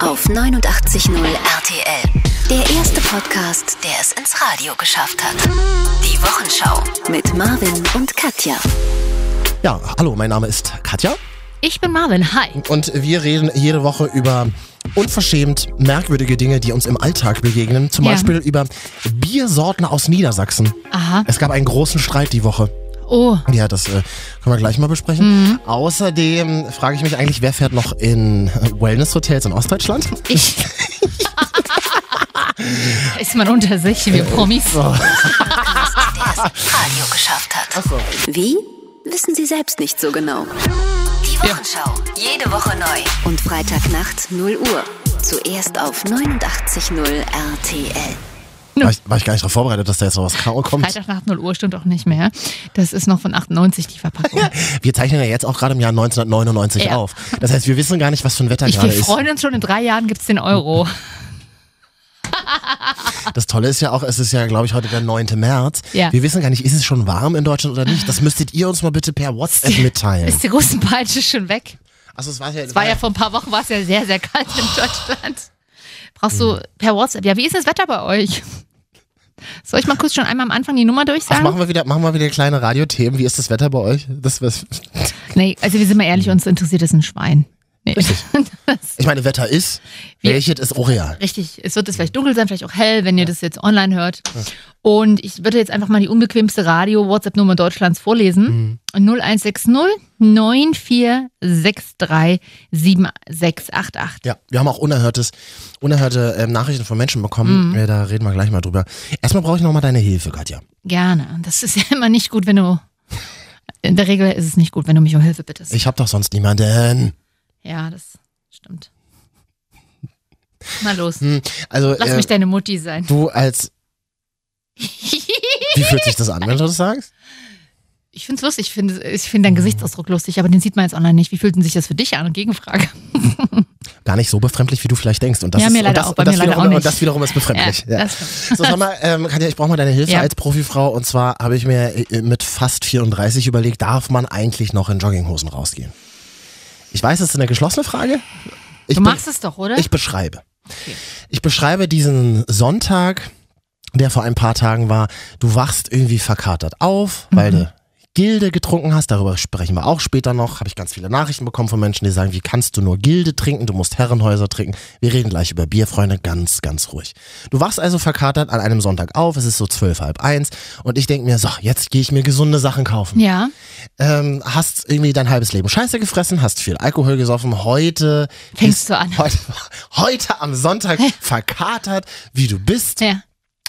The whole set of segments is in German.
auf 89.0 RTL. Der erste Podcast, der es ins Radio geschafft hat. Die Wochenschau mit Marvin und Katja. Ja, hallo, mein Name ist Katja Ich bin Marvin, hi. und wir reden jede Woche über unverschämt merkwürdige Dinge, die uns im Alltag begegnen. Zum Ja. Beispiel über Biersorten aus Niedersachsen. Aha. Es gab einen großen Streit die Woche. Oh, Mhm. Ja, das äh, können wir gleich mal besprechen. Außerdem frage ich mich eigentlich, wer fährt noch in Wellness-Hotels in Ostdeutschland? ich. Ist man unter sich, wir Äh, Promis. Podcast, der es ins Radio geschafft hat. Wie? Wissen Sie selbst nicht so genau. Die Wochenschau. Jede Woche neu. Und Freitagnacht 0 Uhr. Zuerst auf 89.0 RTL. War ich, war ich gar nicht darauf vorbereitet, dass da jetzt noch was Kau kommt. Freitag nach 0 Uhr stimmt auch nicht mehr. Das ist noch von 98 die Verpackung. Wir zeichnen ja jetzt auch gerade im Jahr 1999 Ja. auf. Das heißt, wir wissen gar nicht, was für ein Wetter Ich, gerade wir ist. freuen uns schon, in drei Jahren gibt es den Euro. Das Tolle ist ja auch, es ist ja, glaube ich, heute der 9. März. Ja. Ah. Wir wissen gar nicht, ist es schon warm in Deutschland oder nicht. Das müsstet ihr uns mal bitte per WhatsApp mitteilen. Ist die Russenpeitsche schon weg? Also es war ja, Oh. Es war ja vor ein paar Wochen war es ja sehr, sehr kalt in Deutschland. Brauchst Mhm. du per WhatsApp. Ja, wie ist das Wetter bei euch? Soll ich mal kurz schon einmal am Anfang die Nummer Ach, machen durchsagen? wir wieder, machen wir wieder kleine Radiothemen. Wie ist das Wetter bei euch? Das, was, Nee, also wir sind mal ehrlich, uns interessiert das ein Schwein. Nee. ich meine, Wetter ist, Wir- welches ist auch real. Richtig, es wird jetzt vielleicht dunkel sein, vielleicht auch hell, wenn ihr das jetzt online hört. Und ich würde jetzt einfach mal die unbequemste Radio-WhatsApp-Nummer Deutschlands vorlesen. Mhm. 0160 9463 7688. Ja, wir haben auch unerhörtes, unerhörte ähm, Nachrichten von Menschen Mhm. bekommen. Ja, da reden wir gleich mal drüber. Erstmal brauche ich nochmal deine Hilfe, Katja. Gerne. Das ist ja immer nicht gut, wenn du. In der Regel ist es nicht gut, wenn du mich um Hilfe bittest. Ich habe doch sonst niemanden. ja, das stimmt. Mal los. Hm, also, Lass äh, mich deine Mutti sein. du als, wie fühlt sich das an, wenn du das sagst? Ich find's lustig, ich finde ich find Mhm. deinen Gesichtsausdruck lustig, aber den sieht man jetzt online nicht. Wie fühlt denn sich das für dich an? Gegenfrage. Gar nicht so befremdlich, wie du vielleicht denkst. Und das Ja, ist, mir und leider das, auch, bei und das mir leider wiederum, auch nicht. Und das wiederum ist befremdlich. Ja, das stimmt. So, sag mal, ähm, Katja, ich brauche mal deine Hilfe Ja. als Profifrau. Und zwar habe ich mir äh, mit fast 34 überlegt, darf man eigentlich noch in Jogginghosen rausgehen? Ich weiß, das ist eine geschlossene Frage. Ich Du be- machst es doch, oder? Ich beschreibe. Ich beschreibe diesen Sonntag, der vor ein paar Tagen war. Du wachst irgendwie verkatert auf, weil du Gilde getrunken hast. Darüber sprechen wir auch später noch. Habe ich ganz viele Nachrichten bekommen von Menschen, die sagen, wie kannst du nur Gilde trinken? Du musst Herrenhäuser trinken. Wir reden gleich über Bier, Freunde. Ganz, ganz ruhig. Du wachst also verkatert an einem Sonntag auf. Es ist so zwölf, halb eins. Und ich denke mir, so, jetzt gehe ich mir gesunde Sachen kaufen ja. ähm, hast irgendwie dein halbes Leben Scheiße gefressen, hast viel Alkohol gesoffen, heute Fängst bist- du an. Heute, heute am Sonntag verkatert, wie du bist, ja.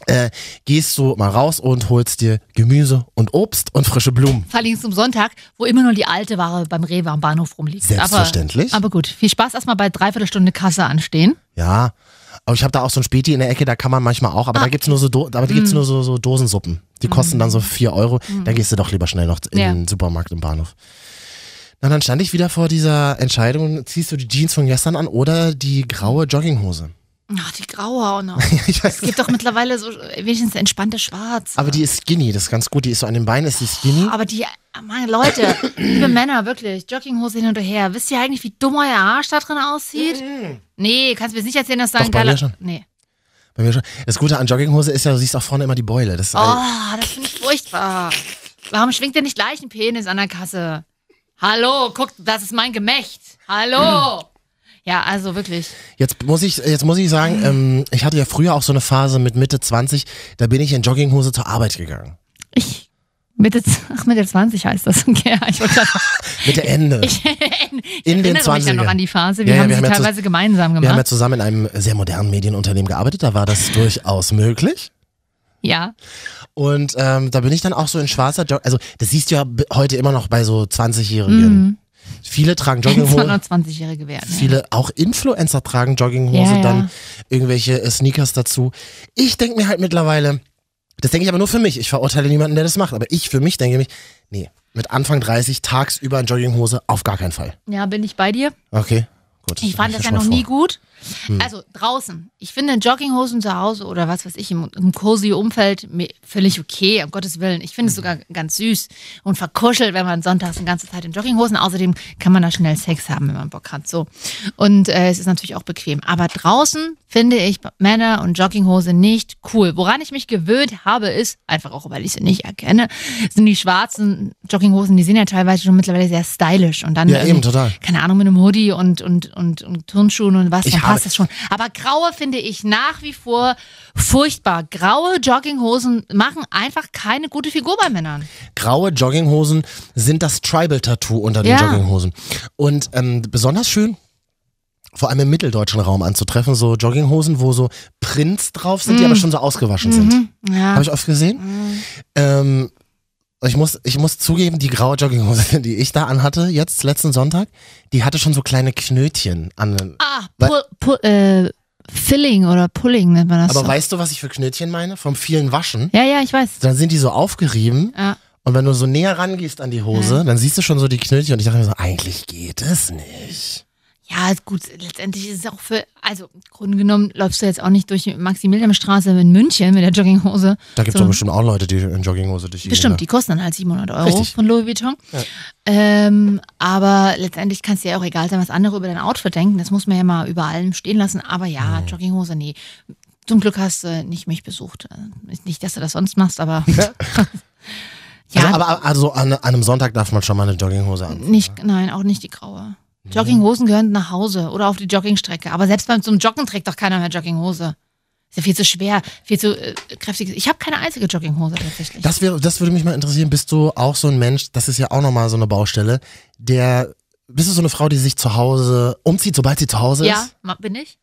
äh, gehst du mal raus und holst dir Gemüse und Obst und frische Blumen. Vor allem zum Sonntag, wo immer nur die alte Ware beim Rewe am Bahnhof rumliegt. Selbstverständlich. Aber, aber gut, viel Spaß erstmal bei Dreiviertelstunde Kasse anstehen. Ja. Aber ich habe da auch so ein Späti in der Ecke, da kann man manchmal auch, Ah. aber da gibt's nur so, Do aber da Mhm. gibt's nur so, so Dosensuppen. Die kosten dann so 4 Euro. Da gehst du doch lieber schnell noch in Ja. den Supermarkt im Bahnhof. Na, dann stand ich wieder vor dieser Entscheidung, ziehst du die Jeans von gestern an oder die graue Jogginghose? Ach, die graue auch noch. Ich weiß Es gibt doch mittlerweile so äh, wenigstens entspannte Schwarz. Aber die ist skinny, das ist ganz gut. Die ist so an den Beinen, ist die skinny. Aber die, äh, meine Leute, liebe Männer, wirklich, Jogginghose hin und her. Wisst ihr eigentlich, wie dumm euer Arsch da drin aussieht? Nee, kannst mir jetzt nicht erzählen, dass da Mhm. Doch, bei ein geiler. mir schon. Nee. Bei mir schon. Das Gute an Jogginghose ist ja, du siehst auch vorne immer die Beule. Das äh, ist Oh, ein- das finde ich furchtbar. Warum schwingt ihr nicht gleich einen Penis an der Kasse? Hallo, guckt, das ist mein Gemächt. Hallo. Ja, also wirklich. Jetzt muss ich, jetzt muss ich sagen, ähm, ich hatte ja früher auch so eine Phase mit Mitte 20, da bin ich in Jogginghose zur Arbeit gegangen. Ich. Mitte, ach, Mitte 20 heißt das. Ja, ich wollte gerade Mit der Ende. in den erinnere mich ja 20 noch an die Phase. Wir Ja, ja, haben wir sie haben ja teilweise gemeinsam Wir haben ja gemacht. zusammen in einem sehr modernen Medienunternehmen gearbeitet, da war das durchaus möglich. Ja, Und ähm, da bin ich dann auch so in schwarzer Jog Also, das siehst du ja b- heute immer noch bei so 20-Jährigen. Mhm. Viele tragen das Jogginghose. waren noch 20-Jährige werden. ja. Viele auch Influencer tragen Jogginghose, Ja, ja. dann irgendwelche äh, Sneakers dazu. Ich denke mir halt mittlerweile, das denke ich aber nur für mich, ich verurteile niemanden, der das macht, aber ich für mich denke mich, nee, mit Anfang 30 tagsüber in Jogginghose auf gar keinen Fall. Ja, bin ich bei dir. Okay. Gut, Ich fand das ja schon noch mal nie vor. Hm. gut. Also draußen. Ich finde Jogginghosen zu Hause oder was weiß ich, im, im cozy Umfeld mir völlig okay, um Gottes Willen. Ich Hm. finde es sogar ganz süß und verkuschelt, wenn man sonntags die ganze Zeit in Jogginghosen. Außerdem kann man da schnell Sex haben, wenn man Bock hat. So. Und äh, es ist natürlich auch bequem. Aber draußen finde ich Männer und Jogginghose nicht cool. Woran ich mich gewöhnt habe, ist, einfach auch, weil ich sie nicht erkenne, sind die schwarzen Jogginghosen, die sind ja teilweise schon mittlerweile sehr stylisch. Und dann also Ja, irgendwie- eben, total. keine Ahnung, mit einem Hoodie und, und, und, und Turnschuhen und was, Ich dann habe- passt das schon. Aber graue finde ich nach wie vor furchtbar. Graue Jogginghosen machen einfach keine gute Figur bei Männern. Graue Jogginghosen sind das Tribal-Tattoo unter den Ja. Jogginghosen. Und ähm, besonders schön, vor allem im mitteldeutschen Raum anzutreffen, so Jogginghosen, wo so Prints drauf sind, die Mm. aber schon so ausgewaschen sind. Mhm. Ja. Habe ich oft gesehen. Mm. Ähm, ich, muss, ich muss zugeben, die graue Jogginghose, die ich da anhatte, jetzt letzten Sonntag, die hatte schon so kleine Knötchen an. den- Ah, pull, pull, äh, Filling oder Pulling nennt man das. Aber so. weißt du, was ich für Knötchen meine? Vom vielen Waschen. Ja, ja, ich weiß. Dann sind die so aufgerieben. Ja. Und wenn du so näher rangehst an die Hose, Mhm. dann siehst du schon so die Knötchen. Und ich dachte mir so, eigentlich geht es nicht. Ja, ist gut, letztendlich ist es auch für, also im Grunde genommen läufst du jetzt auch nicht durch die Maximilianstraße in München mit der Jogginghose. Da gibt es So. doch bestimmt auch Leute, die in Jogginghose durch die Bestimmt, die Gegend kosten dann halt 700 Euro Richtig. von Louis Vuitton. Ähm, aber letztendlich kann es dir ja auch egal sein, was andere über dein Outfit denken. Das muss man ja mal über allem stehen lassen. Aber ja, Jogginghose, nee. Zum Glück hast du nicht mich besucht. Äh, Nicht, dass du das sonst machst, aber ja, laufen. Aber, aber also an, an einem Sonntag darf man schon mal eine Jogginghose an. nicht, nein, auch nicht die graue. Jogginghosen gehören nach Hause oder auf die Joggingstrecke. Aber selbst beim zum Joggen trägt doch keiner mehr Jogginghose. Ist ja viel zu schwer, viel zu äh, kräftig. Ich habe keine einzige Jogginghose tatsächlich. Das, wäre, das würde mich mal interessieren. Bist du auch so ein Mensch, das ist ja auch nochmal so eine Baustelle, der. Bist du so eine Frau, die sich zu Hause umzieht, sobald sie zu Hause ja, ist? ma- bin ich?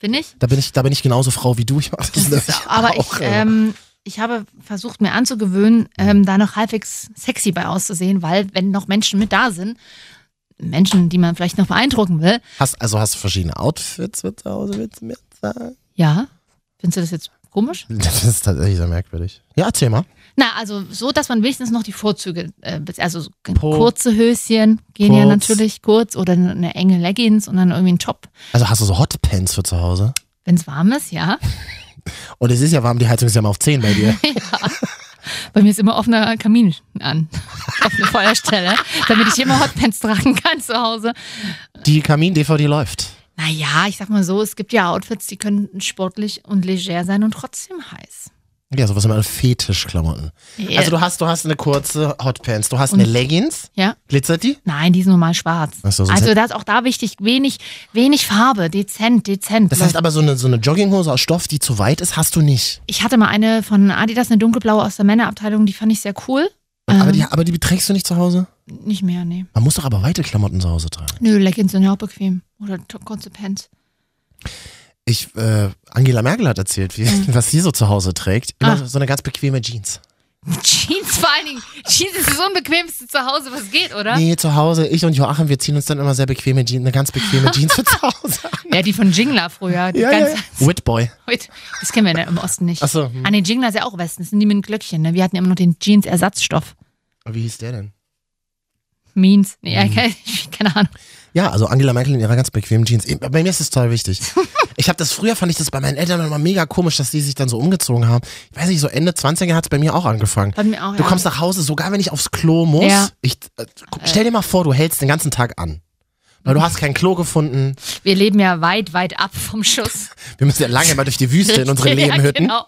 Bin ich? Da bin ich, da bin ich genauso Frau wie du. Ich mach das Das nämlich ist, aber ich, auch, äh, ähm, ich habe versucht, mir anzugewöhnen, Mhm. ähm, da noch halbwegs sexy bei auszusehen, weil wenn noch Menschen mit da sind, Menschen, die man vielleicht noch beeindrucken will, hast, also hast du verschiedene Outfits mit zu Hause, willst du mir sagen? ja, findest du das jetzt komisch? Das ist tatsächlich sehr merkwürdig. Ja, erzähl mal. Na, also so, dass man wenigstens noch die Vorzüge, äh, bez- also so g- Po- kurze Höschen gehen ja Kurz. natürlich kurz oder eine- eine enge Leggings und dann irgendwie ein Top, Also hast du so Hotpants für zu Hause? wenn es warm ist, ja. Und es ist ja warm, die Heizung ist ja mal auf 10 bei dir. Bei mir ist immer offener Kamin an, offene Feuerstelle, damit ich immer Hotpants tragen kann zu Hause. Die Kamin-DVD läuft. Naja, ich sag mal so, es gibt ja Outfits, die könnten sportlich und leger sein und trotzdem heiß. Ja, sowas immer Fetischklamotten. Ja. Also du hast, du hast eine kurze Hotpants, du hast eine Leggings, Ja? glitzert die? Nein, die ist normal schwarz. Ach so, sonst also hätte- das ist auch da wichtig, wenig, wenig Farbe, dezent, dezent. Das heißt aber, so eine, so eine Jogginghose aus Stoff, die zu weit ist, hast du nicht. ich hatte mal eine von Adidas, eine dunkelblaue aus der Männerabteilung, die fand ich sehr cool. Aber, die, aber die trägst du nicht zu Hause? Nicht mehr, nee. Man muss doch aber weite Klamotten zu Hause tragen. Nö, Leggings sind ja auch bequem. Oder to- kurze Pants. Ich, äh, Angela Merkel hat erzählt, wie, was sie so zu Hause trägt. Immer so eine ganz bequeme Jeans. Jeans vor allen Dingen. Jeans ist das unbequemste zu Hause, was geht, oder? Nee, zu Hause, ich und Joachim, wir ziehen uns dann immer sehr bequeme Jeans, eine ganz bequeme Jeans für zu Hause. an. Ja, die von Jingler früher. Die Ja, ja, ganz, ja. Whitboy. Heute, das kennen wir ja im Osten nicht. Ach so, hm. An den Jingler Ah, ist ja auch Westen. Das sind die mit den Glöckchen. Ne? Wir hatten ja immer noch den Jeans-Ersatzstoff. Wie hieß der denn? Means. Nee, ja, keine, keine Ahnung. Ja, also Angela Merkel in ihrer ganz bequemen Jeans. Eh, Bei mir ist das total wichtig. Ich habe das früher, fand ich das bei meinen Eltern immer mega komisch, dass die sich dann so umgezogen haben. Ich weiß nicht, so Ende 20er hat es bei mir auch angefangen. Bei mir auch, Du ja. kommst nach Hause, sogar wenn ich aufs Klo muss. Ja. Ich, äh, guck, stell dir mal vor, du hältst den ganzen Tag an. Weil du hast kein Klo gefunden. Wir leben ja weit, weit ab vom Schuss. Wir müssen ja lange mal durch die Wüste in unsere Ja, Lehmhütten. genau.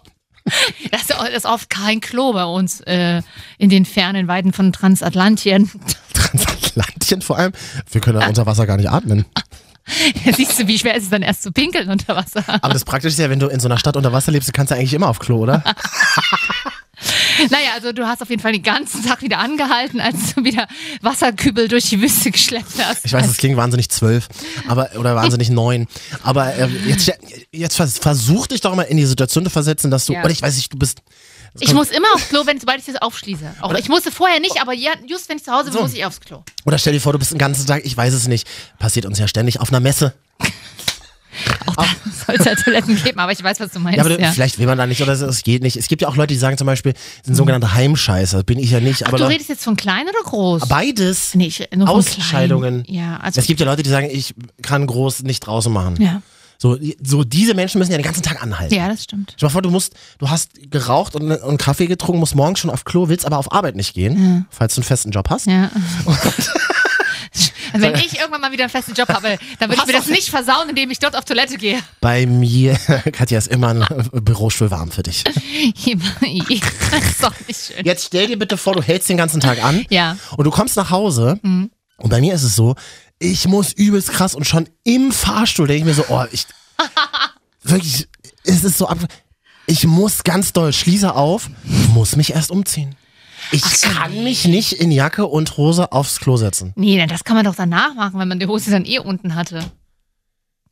Das ist- das ist oft kein Klo bei uns äh, in den fernen Weiden von Transatlantien. Transatlantien vor allem. Wir können ja unter Wasser gar nicht atmen. Siehst du, wie schwer ist es dann erst zu pinkeln unter Wasser? Aber das Praktische ist ja, wenn du in so einer Stadt unter Wasser lebst, du kannst ja eigentlich immer auf Klo, oder? Naja, also du hast auf jeden Fall den ganzen Tag wieder angehalten, als du wieder Wasserkübel durch die Wüste geschleppt hast. Ich weiß, es klingt wahnsinnig zwölf, aber oder wahnsinnig neun. Aber äh, jetzt, stell- jetzt vers- versuch dich doch mal in die Situation zu versetzen, dass du. Ja. Oder ich weiß nicht, du bist. Ich muss immer aufs Klo, wenn sobald ich das aufschließe. Auch, ich musste vorher nicht, aber ja, just wenn ich zu Hause bin, muss ich aufs Klo. Oder stell dir vor, du bist den ganzen Tag, ich weiß es nicht. Passiert uns ja ständig auf einer Messe. Auch soll es ja Toiletten geben, aber ich weiß, was du meinst. Ja, aber du- ja. vielleicht will man da nicht oder es- es geht nicht. Es gibt ja auch Leute, die sagen zum Beispiel, sind sogenannte Heimscheißer. Bin ich ja nicht. Ach, aber du Leute- redest jetzt von klein oder groß? beides. Nee, ich, nur von Ausscheidungen. Klein. Ja, also Es gibt ja Leute, die sagen, ich kann groß nicht draußen machen. ja. So, so diese Menschen müssen ja den ganzen Tag anhalten. ja, das stimmt. Stell dir mal vor, du musst, du hast geraucht und, und Kaffee getrunken, musst morgen schon auf Klo, willst aber auf Arbeit nicht gehen, falls du einen festen Job hast. Ja. Oh Also wenn ich irgendwann mal wieder einen festen Job habe, dann würde ich mir das nicht versauen, indem ich dort auf Toilette gehe. Bei mir, Katja, ist immer ein Bürostuhl warm für dich. das ist doch nicht schön. Jetzt stell dir bitte vor, du hältst den ganzen Tag an Ja. Mhm. und du kommst nach Hause und bei mir ist es so, ich muss übelst krass und schon im Fahrstuhl denke ich mir so, oh, ich, wirklich, es ist so, ab, ich muss ganz doll, schließe auf, muss mich erst umziehen. Ich kann mich nicht in Jacke und Hose aufs Klo setzen. Nee, na, das kann man doch danach machen, wenn man die Hose dann eh unten hatte.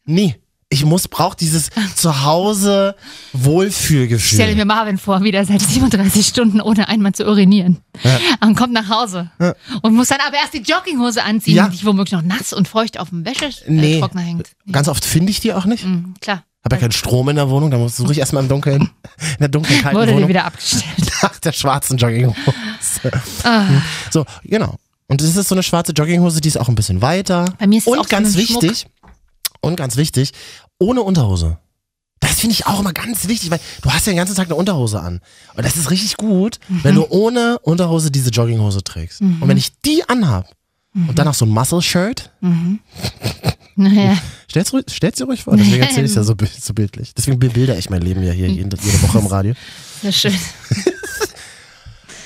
Nee. Ich muss, brauch dieses Zuhause Ich stelle Wohlfühlgefühl. mir Marvin vor, wie der seit 37 Stunden ohne einmal zu urinieren. Und kommt nach Hause und muss dann aber erst die Jogginghose anziehen, Ja. die dich womöglich noch nass und feucht auf dem Wäschetrockner Nee. Äh. hängt. Ganz oft finde ich die auch nicht. Mhm, klar. Habe ja keinen Strom in der Wohnung, da suche ich erstmal im Dunkeln, in der dunklen kalten Wurde dir Wohnung. wieder abgestellt. nach der schwarzen Jogginghose. Ah. Hm. so, genau. Und es ist so eine schwarze Jogginghose, die ist auch ein bisschen weiter. Bei mir ist es und auch so ganz ein Schmuck. wichtig, und ganz wichtig, ohne Unterhose. Das finde ich auch immer ganz wichtig, weil du hast ja den ganzen Tag eine Unterhose an. Und das ist richtig gut, wenn Mhm. du ohne Unterhose diese Jogginghose trägst. Und wenn ich die anhab und dann noch so ein Muscle-Shirt, Naja. stell's, ruhig- stell's dir ruhig vor, deswegen erzähle ich ja so, bi- so bildlich. Deswegen bebildere ich mein Leben ja hier jede, jede Woche im Radio. Sehr schön.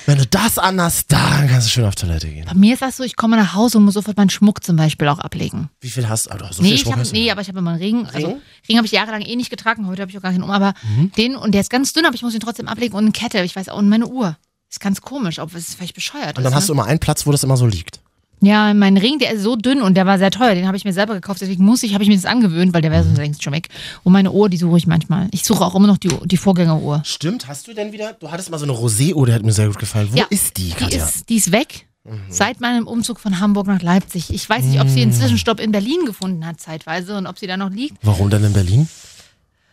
Wenn du das anhast, dann kannst du schön auf Toilette gehen. Bei mir ist das so, ich komme nach Hause und muss sofort meinen Schmuck zum Beispiel auch ablegen. Wie viel hast ah, du? hast So nee, viel ich Schmuck hab, hast du. nee, aber ich habe immer einen Ring. Also, Ring habe ich jahrelang eh nicht getragen, heute habe ich auch gar keinen um. Aber Mhm. den, und der ist ganz dünn, aber ich muss ihn trotzdem ablegen und eine Kette, ich weiß auch, und meine Uhr. Ist ganz komisch, ob es vielleicht bescheuert Und dann ist. hast du ne? immer einen Platz, wo das immer so liegt. Ja, mein Ring, der ist so dünn und der war sehr teuer, den habe ich mir selber gekauft, deswegen muss ich, habe ich mir das angewöhnt, weil der wäre sonst längst schon weg. Und meine Uhr, die suche ich manchmal. Ich suche auch immer noch die, die Vorgängeruhr. Stimmt, hast du denn wieder? Du hattest mal so eine Rosé-Uhr, die hat mir sehr gut gefallen. Wo Ja, ist die, Die Katja? Mhm. ist, die ist weg. Seit meinem Umzug von Hamburg nach Leipzig. Ich weiß nicht, ob sie einen Mm. Zwischenstopp in Berlin gefunden hat, zeitweise, und ob sie da noch liegt. Warum denn in Berlin?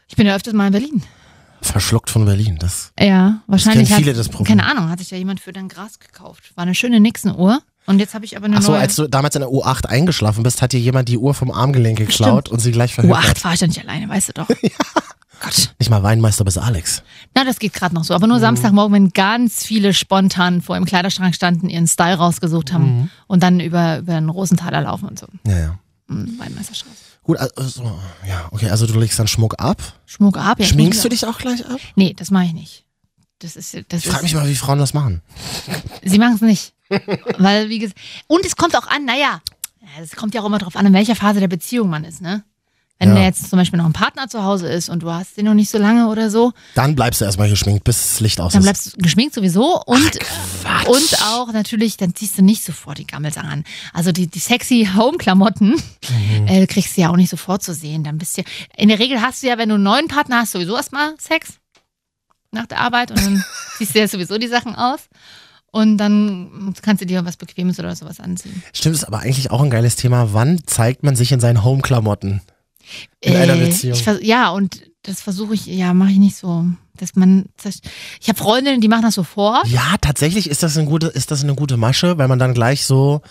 Ich bin ja öfters mal in Berlin. Verschluckt von Berlin. Das. Ja, wahrscheinlich. kennen viele hat, das Problem. Keine Ahnung, hat sich ja jemand für dein Gras gekauft. War eine schöne Nixon-Uhr. Und jetzt habe ich aber eine Ach so, neue. als du damals in der U8 eingeschlafen bist, hat dir jemand die Uhr vom Armgelenk geklaut und sie gleich verhört. U8 hat. Oh, war ich ja nicht alleine, weißt du doch. Gott. Nicht mal Weinmeister bis Alex. Na, das geht gerade noch so. Aber Mhm. nur Samstagmorgen, wenn ganz viele spontan vor ihrem Kleiderschrank standen, ihren Style rausgesucht haben Mhm. und dann über, über den Rosenthaler laufen und so. Ja, ja. Mhm, Weinmeisterstraße. Gut, also, ja, okay, also du legst dann Schmuck ab. Schmuck ab. Ja, Schminkst du dich auch gleich ab? Nee, das mache ich nicht. Das ist, das Ich frage ist mich mal, wie Frauen das machen. Sie machen es nicht. Weil, wie gesagt, und es kommt auch an, naja, es kommt ja auch immer drauf an, in welcher Phase der Beziehung man ist, ne? Wenn Ja. da jetzt zum Beispiel noch ein Partner zu Hause ist und du hast den noch nicht so lange oder so, Dann bleibst du erstmal geschminkt, bis das Licht aus dann ist. bleibst du geschminkt sowieso und, und auch natürlich, dann ziehst du nicht sofort die Gammelsachen an. Also die, die sexy Home-Klamotten Mhm. äh, kriegst du ja auch nicht sofort zu sehen. Dann bist du, in der Regel hast du ja, wenn du einen neuen Partner hast, sowieso erstmal Sex nach der Arbeit und dann ziehst du ja sowieso die Sachen aus. Und dann kannst du dir was Bequemes oder sowas anziehen. Stimmt, ist aber eigentlich auch ein geiles Thema. Wann zeigt man sich in seinen Home-Klamotten? In einer Beziehung. Äh, Ich vers- ja, und das versuche ich, ja, mache ich nicht so. Dass man, ich habe Freundinnen, die machen das sofort. Ja, tatsächlich ist das eine gute, ist das eine gute Masche, weil man dann gleich so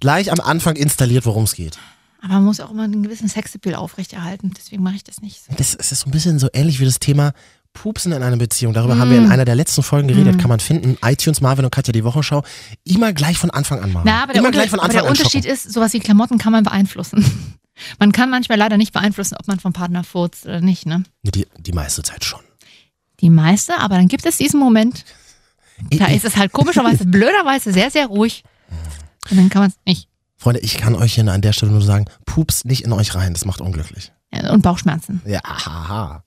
gleich am Anfang installiert, worum es geht. Aber man muss auch immer einen gewissen Sexappeal aufrechterhalten. Deswegen mache ich das nicht so. Das ist so ein bisschen so ähnlich wie das Thema Pupsen in einer Beziehung. Darüber haben wir Mm. in einer der letzten Folgen geredet, kann man finden. iTunes, Marvin und Katja die Wochenschau. Immer gleich von Anfang an machen. Na, aber der, Immer Unter- gleich von aber Anfang der an Unterschied ist, sowas wie Klamotten kann man beeinflussen. Man kann manchmal leider nicht beeinflussen, ob man vom Partner furzt oder nicht. Ne? Nee, Die, die meiste Zeit schon. Die meiste, aber dann gibt es diesen Moment, da Ich- ist es halt komischerweise, blöderweise sehr, sehr ruhig. Und dann kann man es nicht. Freunde, ich kann euch hier an der Stelle nur sagen, pupst nicht in euch rein, das macht unglücklich. Ja, Und Bauchschmerzen. Ja, haha.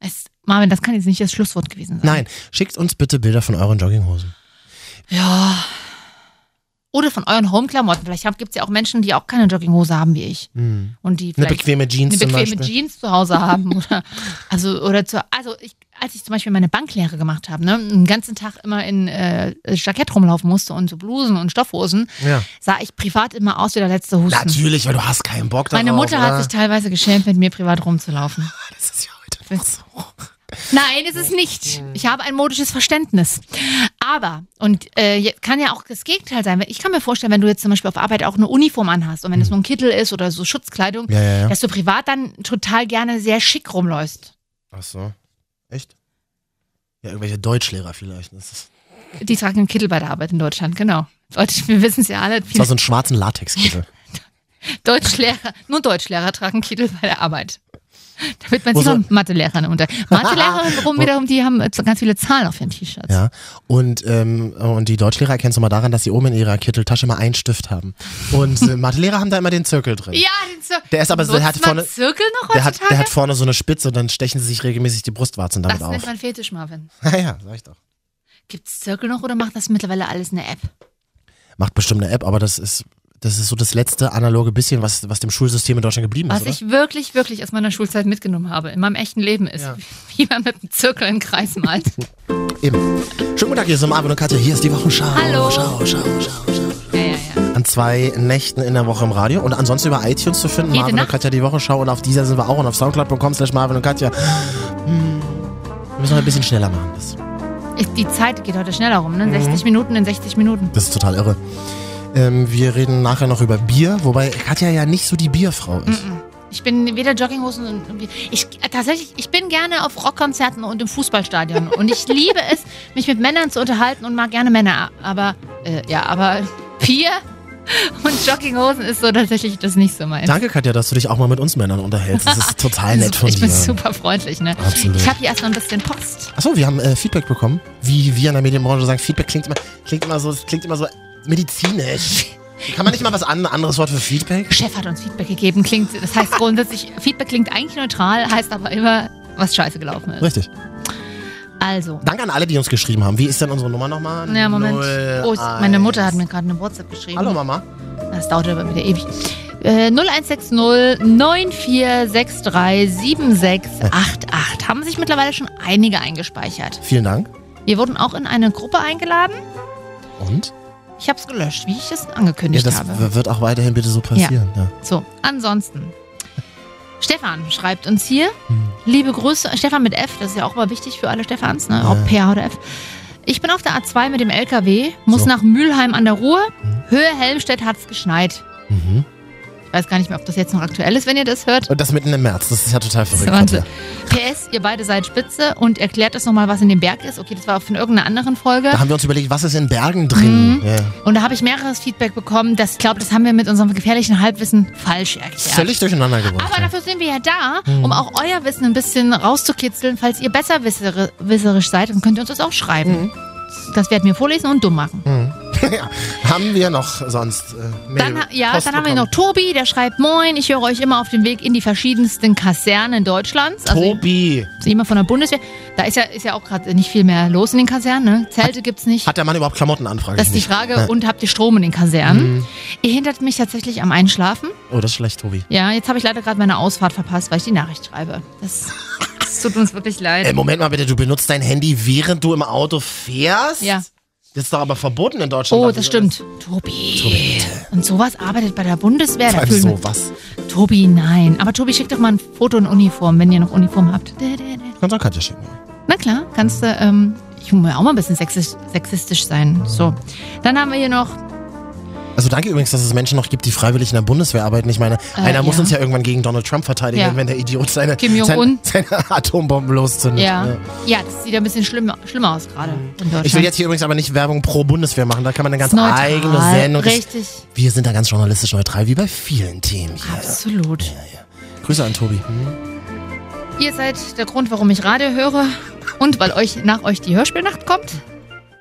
Es, Marvin, das kann jetzt nicht das Schlusswort gewesen sein. Nein, schickt uns bitte Bilder von euren Jogginghosen. Ja. oder von euren Home-Klamotten. Vielleicht gibt es ja auch Menschen, die auch keine Jogginghose haben wie ich. Und die Eine Mm. vielleicht bequeme Jeans eine bequeme zum Beispiel. Jeans zu Hause haben. Oder, also, oder zu, also ich, als ich zum Beispiel meine Banklehre gemacht habe, ne, den ganzen Tag immer in äh, Jackett rumlaufen musste und so Blusen und Stoffhosen, Ja. sah ich privat immer aus wie der letzte Husten. Natürlich, weil du hast keinen Bock darauf. Meine Mutter hat oder? Ah, sich teilweise geschämt, mit mir privat rumzulaufen. Das ist ja heute noch so. Nein, ist es nicht. Ich habe ein modisches Verständnis. Aber, und äh, je- kann ja auch das Gegenteil sein. Ich kann mir vorstellen, wenn du jetzt zum Beispiel auf Arbeit auch eine Uniform anhast und wenn Hm. es nur ein Kittel ist oder so Schutzkleidung, Ja, ja, ja. dass du privat dann total gerne sehr schick rumläufst. Ach so. Echt? Ja, irgendwelche Deutschlehrer vielleicht. Das ist, Die tragen einen Kittel bei der Arbeit in Deutschland, genau. Deutsch, wir wissen es ja alle, das war viele so einen schwarzen Latexkittel. Deutschlehrer, nur Deutschlehrer tragen Kittel bei der Arbeit. Damit man Wo sie so- von Mathelehrern unter. Mathelehrer rum wiederum, die haben äh, ganz viele Zahlen auf ihren T-Shirts. Ja. Und, ähm, und die Deutschlehrer erkennst du mal daran, dass sie oben in ihrer Kitteltasche immer einen Stift haben. Und äh, Mathelehrer haben da immer den Zirkel drin. Ja, den Zir Der ist aber- der Nutzt hat man vorne- Zirkel noch Der hat, heutzutage? der hat vorne so eine Spitze und dann stechen sie sich regelmäßig die Brustwarzen damit das nennt auf. man Fetisch, Marvin. Naja, sag ich doch. Gibt's Zirkel noch oder macht das mittlerweile alles eine App? Macht bestimmt eine App, aber das ist, das ist so das letzte analoge bisschen, was, was dem Schulsystem in Deutschland geblieben ist. Was Oder? ich wirklich, wirklich aus meiner Schulzeit mitgenommen habe, in meinem echten Leben ist, Ja. wie man mit einem Zirkel einen Kreis malt. Eben. Schönen guten Tag, hier sind Marvin und Katja. Hier ist die Wochenschau. Hallo. Schau, schau, schau, schau. ja, ja, ja. An zwei Nächten in der Woche im Radio und ansonsten über iTunes zu finden. Jede Marvin und Nacht. Katja die Wochenschau und auf dieser sind wir auch und auf soundcloud.com slash Marvin und Katja. Hm. Wir müssen noch ein bisschen schneller machen. Das, Ich- Die Zeit geht heute schneller rum, ne? Mhm. 60 Minuten in 60 Minuten. das ist total irre. Ähm, wir reden nachher noch über Bier, wobei Katja ja nicht so die Bierfrau ist. Ich bin weder Jogginghosen und irgendwie- ich äh, tatsächlich, ich bin gerne auf Rockkonzerten und im Fußballstadion und ich liebe es, mich mit Männern zu unterhalten und mag gerne Männer, aber äh, ja, aber Bier und Jogginghosen ist so tatsächlich das nicht so meins. Danke, Katja, dass du dich auch mal mit uns Männern unterhältst. Das ist total nett von ich dir. bin super freundlich, ne? Absolut. Ich habe hier erstmal ein bisschen Post. Achso, wir haben äh, Feedback bekommen. Wie wir in der Medienbranche sagen, Feedback klingt immer, klingt immer so, es klingt immer so medizinisch. Kann man nicht mal was an, anderes Wort für Feedback? Chef hat uns Feedback gegeben, klingt, das heißt grundsätzlich, Feedback klingt eigentlich neutral, heißt aber immer, was scheiße gelaufen ist. Richtig. Also, Danke an alle, die uns geschrieben haben. Wie ist denn unsere Nummer nochmal? ja, Moment. Oh, ich, meine Mutter hat mir gerade eine WhatsApp geschrieben. Hallo Mama. Das dauert aber wieder ewig. Äh, 0160 94637688 haben sich mittlerweile schon einige eingespeichert. Vielen Dank. Wir wurden auch in eine Gruppe eingeladen. Und? Ich habe es gelöscht, wie ich es Ja, angekündigt das habe. w- wird auch weiterhin bitte so passieren. Ja. So, ansonsten. Stefan schreibt uns hier, liebe Grüße, Stefan mit F, das ist ja auch mal wichtig für alle Stefans, ne? ob PH oder F. Ich bin auf der A2 mit dem LKW, muss So. nach Mülheim an der Ruhr. Höhe Helmstedt hat's geschneit. Mhm. Ich weiß gar nicht mehr, ob das jetzt noch aktuell ist, wenn ihr das hört. Und das mitten im März. Das ist ja total verrückt. Wahnsinn. Katja. PS, ihr beide seid spitze und erklärt uns nochmal, was in dem Berg ist. Okay, das war von irgendeiner anderen Folge. Da haben wir uns überlegt, was ist in Bergen Mhm. drin? Ja. Und da habe ich mehreres Feedback bekommen. Das, ich glaube, das haben wir mit unserem gefährlichen Halbwissen falsch erklärt. Völlig durcheinander gebracht. Aber ja. dafür sind wir ja da, Hm. um auch euer Wissen ein bisschen rauszukitzeln. Falls ihr besserwisserisch seid, dann könnt ihr uns das auch schreiben. Hm. Das werden wir vorlesen und dumm machen. ja. Haben wir noch sonst äh, Mail- Dann, ha- ja, Post dann haben wir bekommen? noch Tobi, der schreibt, Moin, ich höre euch immer auf dem Weg in die verschiedensten Kasernen Deutschlands. Also Tobi. jemand von der Bundeswehr. Da ist ja, ist ja auch gerade nicht viel mehr los in den Kasernen. Ne? Zelte gibt's nicht. Hat der Mann überhaupt Klamotten anfrage das ist ich die mich. Frage. Ja. Mhm. Und habt ihr Strom in den Kasernen? Ihr hindert mich tatsächlich am Einschlafen. Oh, das ist schlecht, Tobi. Ja, jetzt habe ich leider gerade meine Ausfahrt verpasst, weil ich die Nachricht schreibe. Das, das tut uns wirklich leid. Äh, Moment mal bitte, du benutzt dein Handy, während du im Auto fährst? Ja. Das ist doch aber verboten in Deutschland. Oh, dass das du- stimmt. Tobi. Und sowas arbeitet bei der Bundeswehr. Da Vor allem fühlen wir- sowas. Tobi, nein. Aber Tobi, schick doch mal ein Foto in Uniform, wenn ihr noch Uniform habt. Dä, dä, dä. Kannst du auch Katja schicken. Na klar, kannst du, ähm, ich muss ja auch mal ein bisschen sexisch, sexistisch sein. So. Dann haben wir hier noch, Also danke übrigens, dass es Menschen noch gibt, die freiwillig in der Bundeswehr arbeiten. Ich meine, einer muss Äh, ja. uns ja irgendwann gegen Donald Trump verteidigen, Ja. wenn der Idiot seine, Kim Jong-un. sein, seine Atombomben loszündet. ja. Ja. Ja, das sieht ja ein bisschen schlimmer, schlimmer aus gerade in Deutschland. Ich will jetzt hier übrigens aber nicht Werbung pro Bundeswehr machen. Da kann man eine ganz Das ist neutral. eigene Sendung. Richtig. Wir sind da ganz journalistisch neutral, wie bei vielen Themen hier. Absolut. Ah. Grüße an Tobi. Hm. Ihr seid der Grund, warum ich Radio höre und weil euch nach euch die Hörspielnacht kommt.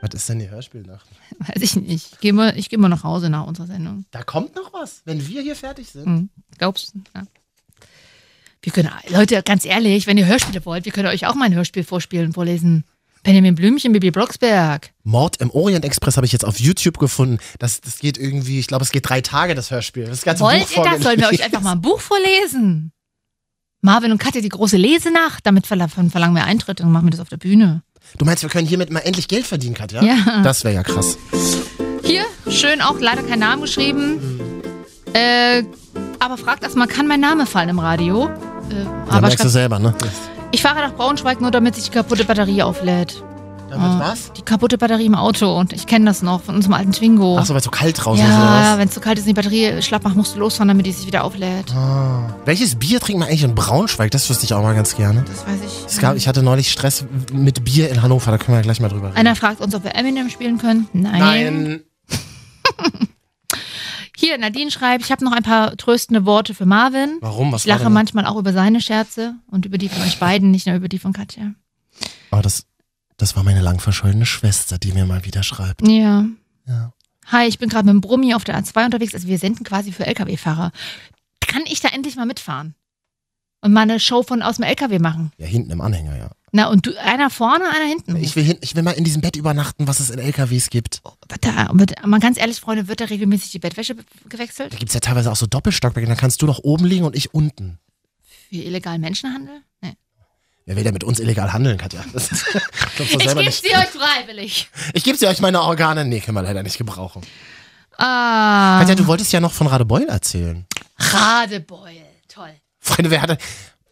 Was ist denn die Hörspielnacht? Weiß ich nicht. Ich gehe mal, ich geh mal nach Hause nach unserer Sendung. Da kommt noch was, wenn wir hier fertig sind. Hm, Glaubst du? Ja. Wir können, Leute, ganz ehrlich, wenn ihr Hörspiele wollt, wir können euch auch mal ein Hörspiel vorspielen, vorlesen. Benjamin Blümchen, Bibi Blocksberg. Mord im Orient Express habe ich jetzt auf YouTube gefunden. Das, das geht irgendwie, ich glaube, es geht drei Tage, das Hörspiel. Das ganze Wollt Buch ihr das? Sollen wir euch einfach mal ein Buch vorlesen? Marvin und Katja, die große Lesenacht. Damit verla- verlangen wir Eintritt und machen wir das auf der Bühne. Du meinst, wir können hiermit mal endlich Geld verdienen, Katja? Ja. Das wäre ja krass. Hier, schön auch, leider kein Name geschrieben. Äh, aber fragt erstmal, kann mein Name fallen im Radio? Äh, Da aber merkst du selber, ne? ich fahre nach Braunschweig nur, damit sich die kaputte Batterie auflädt. Damit Ah, was? Die kaputte Batterie im Auto. Und ich kenne das noch von unserem alten Twingo. Ach so, weil es so kalt draußen ist ja, oder wenn es zu kalt ist und die Batterie schlapp macht, musst du losfahren, damit die sich wieder auflädt. was? Ah. Welches Bier trinkt man eigentlich in Braunschweig? Das wüsste ich auch mal ganz gerne. Das weiß ich. Es gab, ich hatte neulich Stress mit Bier in Hannover, da können wir ja gleich mal drüber reden. Einer fragt uns, ob wir Eminem spielen können. Nein. Hier, Nadine schreibt, ich habe noch ein paar tröstende Worte für Marvin. Warum? Was Ich war lache denn? manchmal auch über seine Scherze und über die von euch beiden, nicht nur über die von Katja. Oh, das, das war meine lang verschollene Schwester, die mir mal wieder schreibt. Ja. Ja. Hi, ich bin gerade mit dem Brummi auf der A2 unterwegs. Also wir senden quasi für Lkw-Fahrer. Kann ich da endlich mal mitfahren? Und mal eine Show von aus dem Lkw machen? Ja, hinten im Anhänger, ja. Na, und du, einer vorne, einer hinten. Ich will, hin, ich will mal in diesem Bett übernachten, was es in LKWs gibt. Wird da, wird, mal ganz ehrlich, Freunde, wird da regelmäßig die Bettwäsche be- gewechselt? Da gibt es ja teilweise auch so Doppelstockbetten, da kannst du doch oben liegen und ich unten. Für illegalen Menschenhandel? Nee. Wer will denn mit uns illegal handeln, Katja? Das ist, glaubst du Ich Oh, selber gebe nicht. sie euch freiwillig. Ich gebe sie euch meine Organe. Nee, können wir leider nicht gebrauchen. Ah, Katja, du wolltest ja noch von Radebeul erzählen. Radebeul. Toll. Freunde, wer hatte.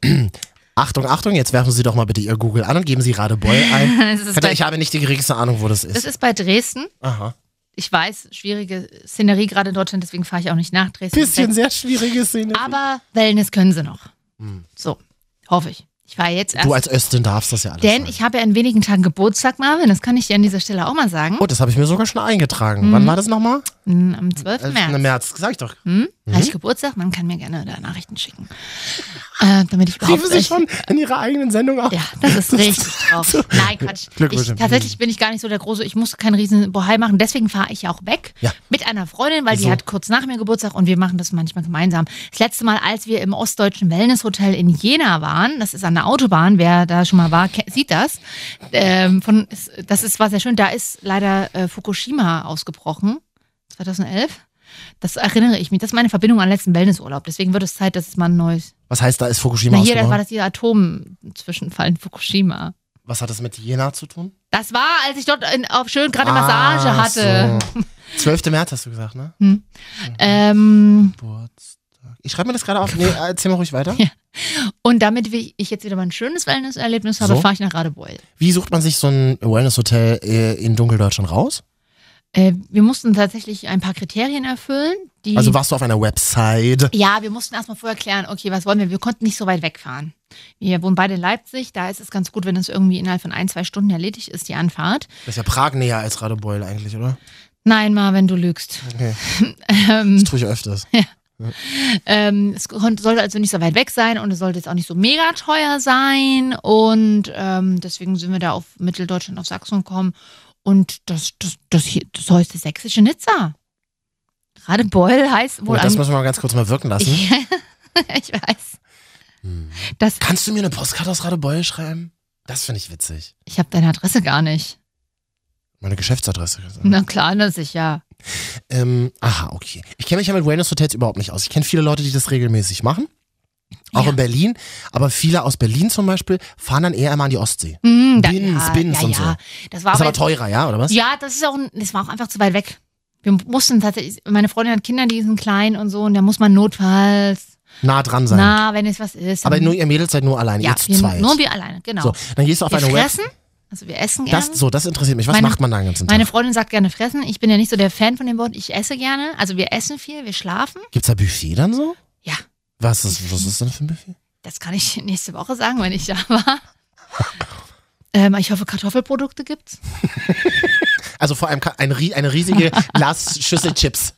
Achtung, Achtung, jetzt werfen Sie doch mal bitte Ihr Google an und geben Sie Radebeul ein. Es ist, Katja, bei, ich habe nicht die geringste Ahnung, wo das es ist. ist bei Dresden. Aha. Ich weiß, schwierige Szenerie gerade in Deutschland, deswegen fahre ich auch nicht nach Dresden. Bisschen sehr schwierige Szene. Aber Wellness können sie noch. So, hoffe ich. Ich fahre jetzt erst. Hm. Du als Östin darfst das ja alles. denn sagen. ich habe ja in wenigen Tagen Geburtstag, Marvin. Das kann ich dir an dieser Stelle auch mal sagen. Oh, das habe ich mir sogar schon eingetragen. Wann war das nochmal? Mm, Am 12. Mhm. März. Im März, sag ich doch. Hm? Habe Mhm. ich Geburtstag? Man kann mir gerne da Nachrichten schicken. Äh, damit ich überhaupt. Riefen Sie schon in Ihrer eigenen Sendung auf. Ja, das ist richtig drauf. Nein, Quatsch. Ich, Glückwünsche. tatsächlich bin ich gar nicht so der große, ich muss keinen riesen Bohai machen, deswegen fahre ich ja auch weg Ja. mit einer Freundin, weil die So. hat kurz nach mir Geburtstag und wir machen das manchmal gemeinsam. Das letzte Mal, als wir im ostdeutschen Wellnesshotel in Jena waren, das ist an der Autobahn, wer da schon mal war, ke- sieht das. Ähm, von, ist- das ist, war sehr schön, da ist leider äh, Fukushima ausgebrochen, 2011. Das erinnere ich mich. Das ist meine Verbindung an den letzten Wellnessurlaub. Deswegen wird es Zeit, dass es mal ein neues. Was heißt, da ist Fukushima Na, hier, das ausgebrochen? war das dieser Atomzwischenfall in Fukushima. Was hat das mit Jena zu tun? Das war, als ich dort in, auf schön gerade Massage Ah, hatte. So. 12. März hast du gesagt, ne? Ähm, Geburtstag. Ich schreibe mir das gerade auf. Nee, erzähl mal ruhig weiter. und damit wie ich jetzt wieder mal ein schönes Wellnesserlebnis habe, So. fahre ich nach Radebeul. Wie sucht man sich so ein Wellness-Hotel äh, in Dunkeldeutschland raus? Äh, wir mussten tatsächlich ein paar Kriterien erfüllen, die. Also warst du auf einer Website? ja, wir mussten erstmal vorher klären, okay, was wollen wir? Wir konnten nicht so weit wegfahren. Wir wohnen beide in Leipzig, da ist es ganz gut, wenn es irgendwie innerhalb von ein, zwei Stunden erledigt ist, die Anfahrt. Das ist ja Prag näher als Radebeul eigentlich, oder? Nein, Marvin, du lügst. Okay. ähm, Das tue ich öfters. Ähm, es kon- sollte also nicht so weit weg sein und es sollte jetzt auch nicht so mega teuer sein. Und ähm, deswegen sind wir da auf Mitteldeutschland, auf Sachsen gekommen. Und das, das, das, hier, das heißt die sächsische Nizza. Radebeul heißt wohl. Und das ne? am- müssen wir mal ganz kurz mal wirken lassen. Hm. ich, ich weiß. Das, Kannst du mir eine Postkarte aus Radebeul schreiben? Das finde ich witzig. ich habe deine Adresse gar nicht. Meine Geschäftsadresse. gesagt. Na klar, dass ich ja. Ähm, aha, okay. Ich kenne mich ja mit Wellness-Hotels überhaupt nicht aus. Ich kenne viele Leute, die das regelmäßig machen. Auch Ja. in Berlin. Aber viele aus Berlin zum Beispiel fahren dann eher immer an die Ostsee. Hm, da, Bins, ja, Bins ja, und so. ja. Das war ist aber jetzt- teurer, ja, oder was? Ja, das ist auch, ein- das war auch einfach zu weit weg. Wir mussten tatsächlich, meine Freundin hat Kinder, die sind klein und so, und da muss man notfalls, Nah dran sein. na, wenn es was ist. aber dann- nur ihr Mädels seid nur alleine, ja, ihr zu wir, zweit. nur wir alleine, genau. so, dann gehst du auf wir eine fressen, Website. also wir essen gerne. Das, so, das interessiert mich. Was Meine- macht man dann den ganzen Tag? meine Freundin sagt gerne fressen. Ich bin ja nicht so der Fan von dem Wort. Ich esse gerne. Also wir essen viel, wir schlafen. Gibt's da Buffet dann so? Ja, Was ist, was ist denn für ein Buffet? das kann ich nächste Woche sagen, wenn ich da war. ähm, ich hoffe, Kartoffelprodukte gibt's. Also vor allem ka- ein, rie- eine riesige Glasschüssel Chips.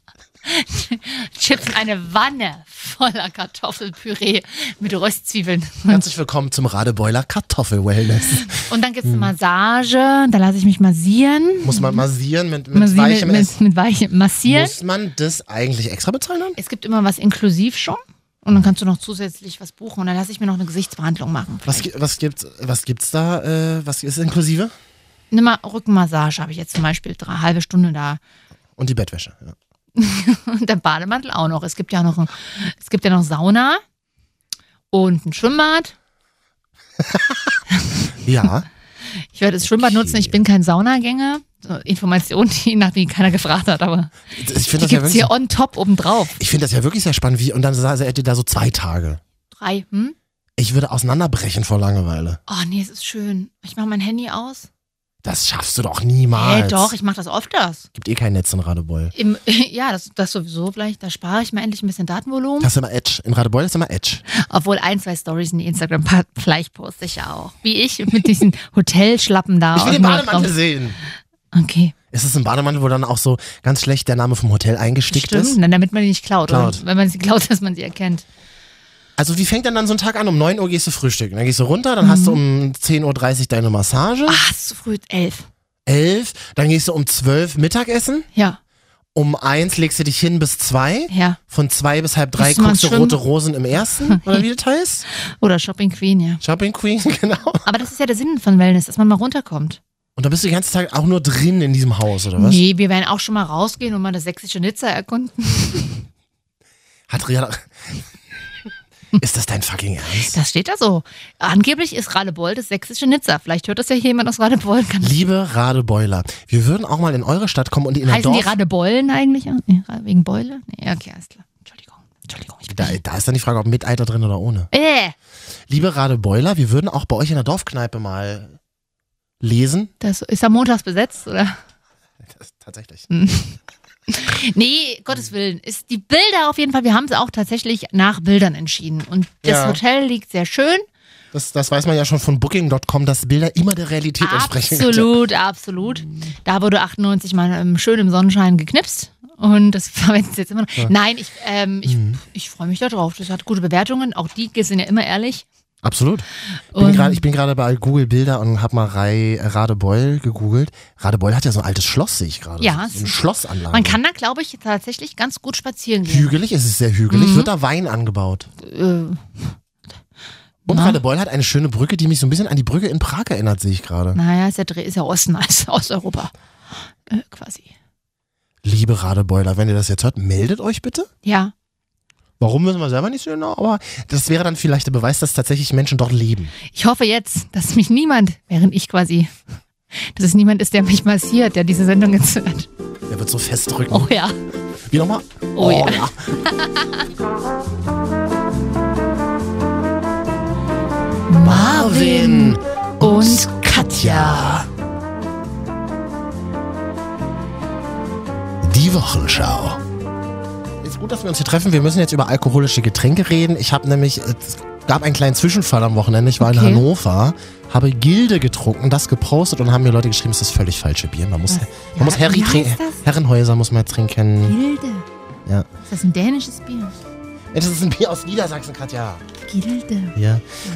Chips, eine Wanne voller Kartoffelpüree mit Röstzwiebeln. Herzlich willkommen zum Radebeuler Kartoffel-Wellness. Und dann gibt's Hm. eine Massage, da lasse ich mich massieren. Muss man massieren mit, mit Massieren weichem Essen? mit, mit weichem Massieren. Muss man das eigentlich extra bezahlen dann? Es gibt immer was inklusiv schon. Und dann kannst du noch zusätzlich was buchen. Und dann lasse ich mir noch eine Gesichtsbehandlung machen. Was, gi- was, gibt's, was gibt's da? Äh, was ist inklusive? nimm mal Rückenmassage habe ich jetzt zum Beispiel eine halbe Stunde da. Und die Bettwäsche. Ja. Und der Bademantel auch noch. Es gibt ja noch, ein, es gibt ja noch Sauna und ein Schwimmbad. ja. Ich werde das Schwimmbad Okay. nutzen. Ich bin kein Saunagänger. So, Informationen, die nach denen keiner gefragt hat, aber Ich die finde das, ja gibt es wirklich- hier on top obendrauf. ich find das ja wirklich sehr spannend. Wie, und dann saß er da so zwei Tage. Drei. Hm? Ich würde auseinanderbrechen vor Langeweile. Oh nee, es ist schön. Ich mache mein Handy aus. Das schaffst du doch Hey, niemals. doch, ich mache das öfters. Gibt eh kein Netz in Radebeul. Im, ja, das, das sowieso vielleicht. Da spare ich mir endlich ein bisschen Datenvolumen. Hast du immer Edge? In Radebeul ist immer Edge. Obwohl ein, zwei Stories in die Instagram vielleicht poste ich ja auch. Wie ich mit diesen Hotelschlappen da. Ich will aus den dem Bademantel Raum. sehen. Okay, Ist es ein Bademantel, wo dann auch so ganz schlecht der Name vom Hotel eingestickt stimmt. ist? Dann, damit man die nicht klaut. Klaut. oder? Wenn man sie klaut, dass man sie erkennt. Also wie fängt denn dann so ein Tag an? Um 9 Uhr gehst du frühstücken, dann gehst du runter, Mhm. dann hast du um 10.30 Uhr deine Massage, Ach, Ah, es ist zu früh. Elf. 11, dann gehst du um 12 Mittagessen, Ja, um 1 legst du dich hin bis 2, ja. von 2 bis halb 3 Bist du mal guckst du schwimmen? Rote Rosen im Ersten, oder wie das heißt? Oder Shopping Queen, ja. Shopping Queen, genau. Aber das ist ja der Sinn von Wellness, dass man mal runterkommt. Und dann bist du den ganzen Tag auch nur drin in diesem Haus, oder was? Nee, wir werden auch schon mal rausgehen und mal das sächsische Nizza erkunden. Hat Rihanna... Ist das dein fucking Ernst? Das steht da so. Angeblich ist Radebeul das sächsische Nizza. Vielleicht hört das ja jemand aus Radebeul. Kann das Liebe Radebeuler, wir würden auch mal in eure Stadt kommen und in ein heißen die Dorf... Radebeulen eigentlich? an? Nee, Ra- Wegen Beule? Nee, okay, alles klar. Entschuldigung. Entschuldigung. Ich bin Da, da ist dann die Frage, ob mit Alter drin oder ohne. äh, Liebe Radebeuler, wir würden auch bei euch in der Dorfkneipe mal lesen. das ist am montags besetzt, oder? tatsächlich. Nee, Gottes Willen. Ist die Bilder auf jeden Fall. Wir haben es auch tatsächlich nach Bildern entschieden. Und das Ja. Hotel liegt sehr schön. Das, das weiß man ja schon von Booking.com, dass Bilder immer der Realität entsprechen. Katja. Absolut, absolut. Da wurde 98 mal ähm, schön im Sonnenschein geknipst. Und das verwenden sie jetzt immer noch. Nein, ich, ähm, ich, Mhm. ich freue mich da drauf. Das hat gute Bewertungen. Auch die sind ja immer ehrlich. Absolut. Bin Und- grad, ich bin gerade bei Google Bilder und habe mal Rai, äh, Radebeul gegoogelt. Radebeul hat ja so ein altes Schloss, sehe ich gerade. Ja, so es eine ist- Schlossanlage. Man kann da, glaube ich, tatsächlich ganz gut spazieren gehen. hügelig, es ist sehr hügelig, Mhm. wird da Wein angebaut. Äh, Und Na. Radebeul hat eine schöne Brücke, die mich so ein bisschen an die Brücke in Prag erinnert, sehe ich gerade. naja, ist ja, Dre- ist ja Osten, also Osteuropa. Äh, quasi. Liebe Radebeuler, wenn ihr das jetzt hört, meldet euch bitte. Ja. Warum wissen wir selber nicht so genau, aber das wäre dann vielleicht der Beweis, dass tatsächlich Menschen dort leben. Ich hoffe jetzt, dass mich niemand, während ich quasi, dass es niemand ist, der mich massiert, der diese Sendung jetzt hört. Der wird so festdrücken. Oh ja. Wie nochmal? Oh ja. Marvin und Katja. Die Wochenschau. Ist gut, dass wir uns hier treffen. Wir müssen jetzt über alkoholische Getränke reden. Ich habe nämlich, äh, es gab einen kleinen Zwischenfall am Wochenende. Ich war in Okay. Hannover, habe Gilde getrunken, das gepostet und haben mir Leute geschrieben, es ist das völlig falsche Bier. Man muss, man Ja, muss Harry wie heißt trinken. das? Herrenhäuser muss man trinken. Gilde. Ja. Ist das ein dänisches Bier? Das ist ein Bier aus Niedersachsen, Katja. Gilde. Ja.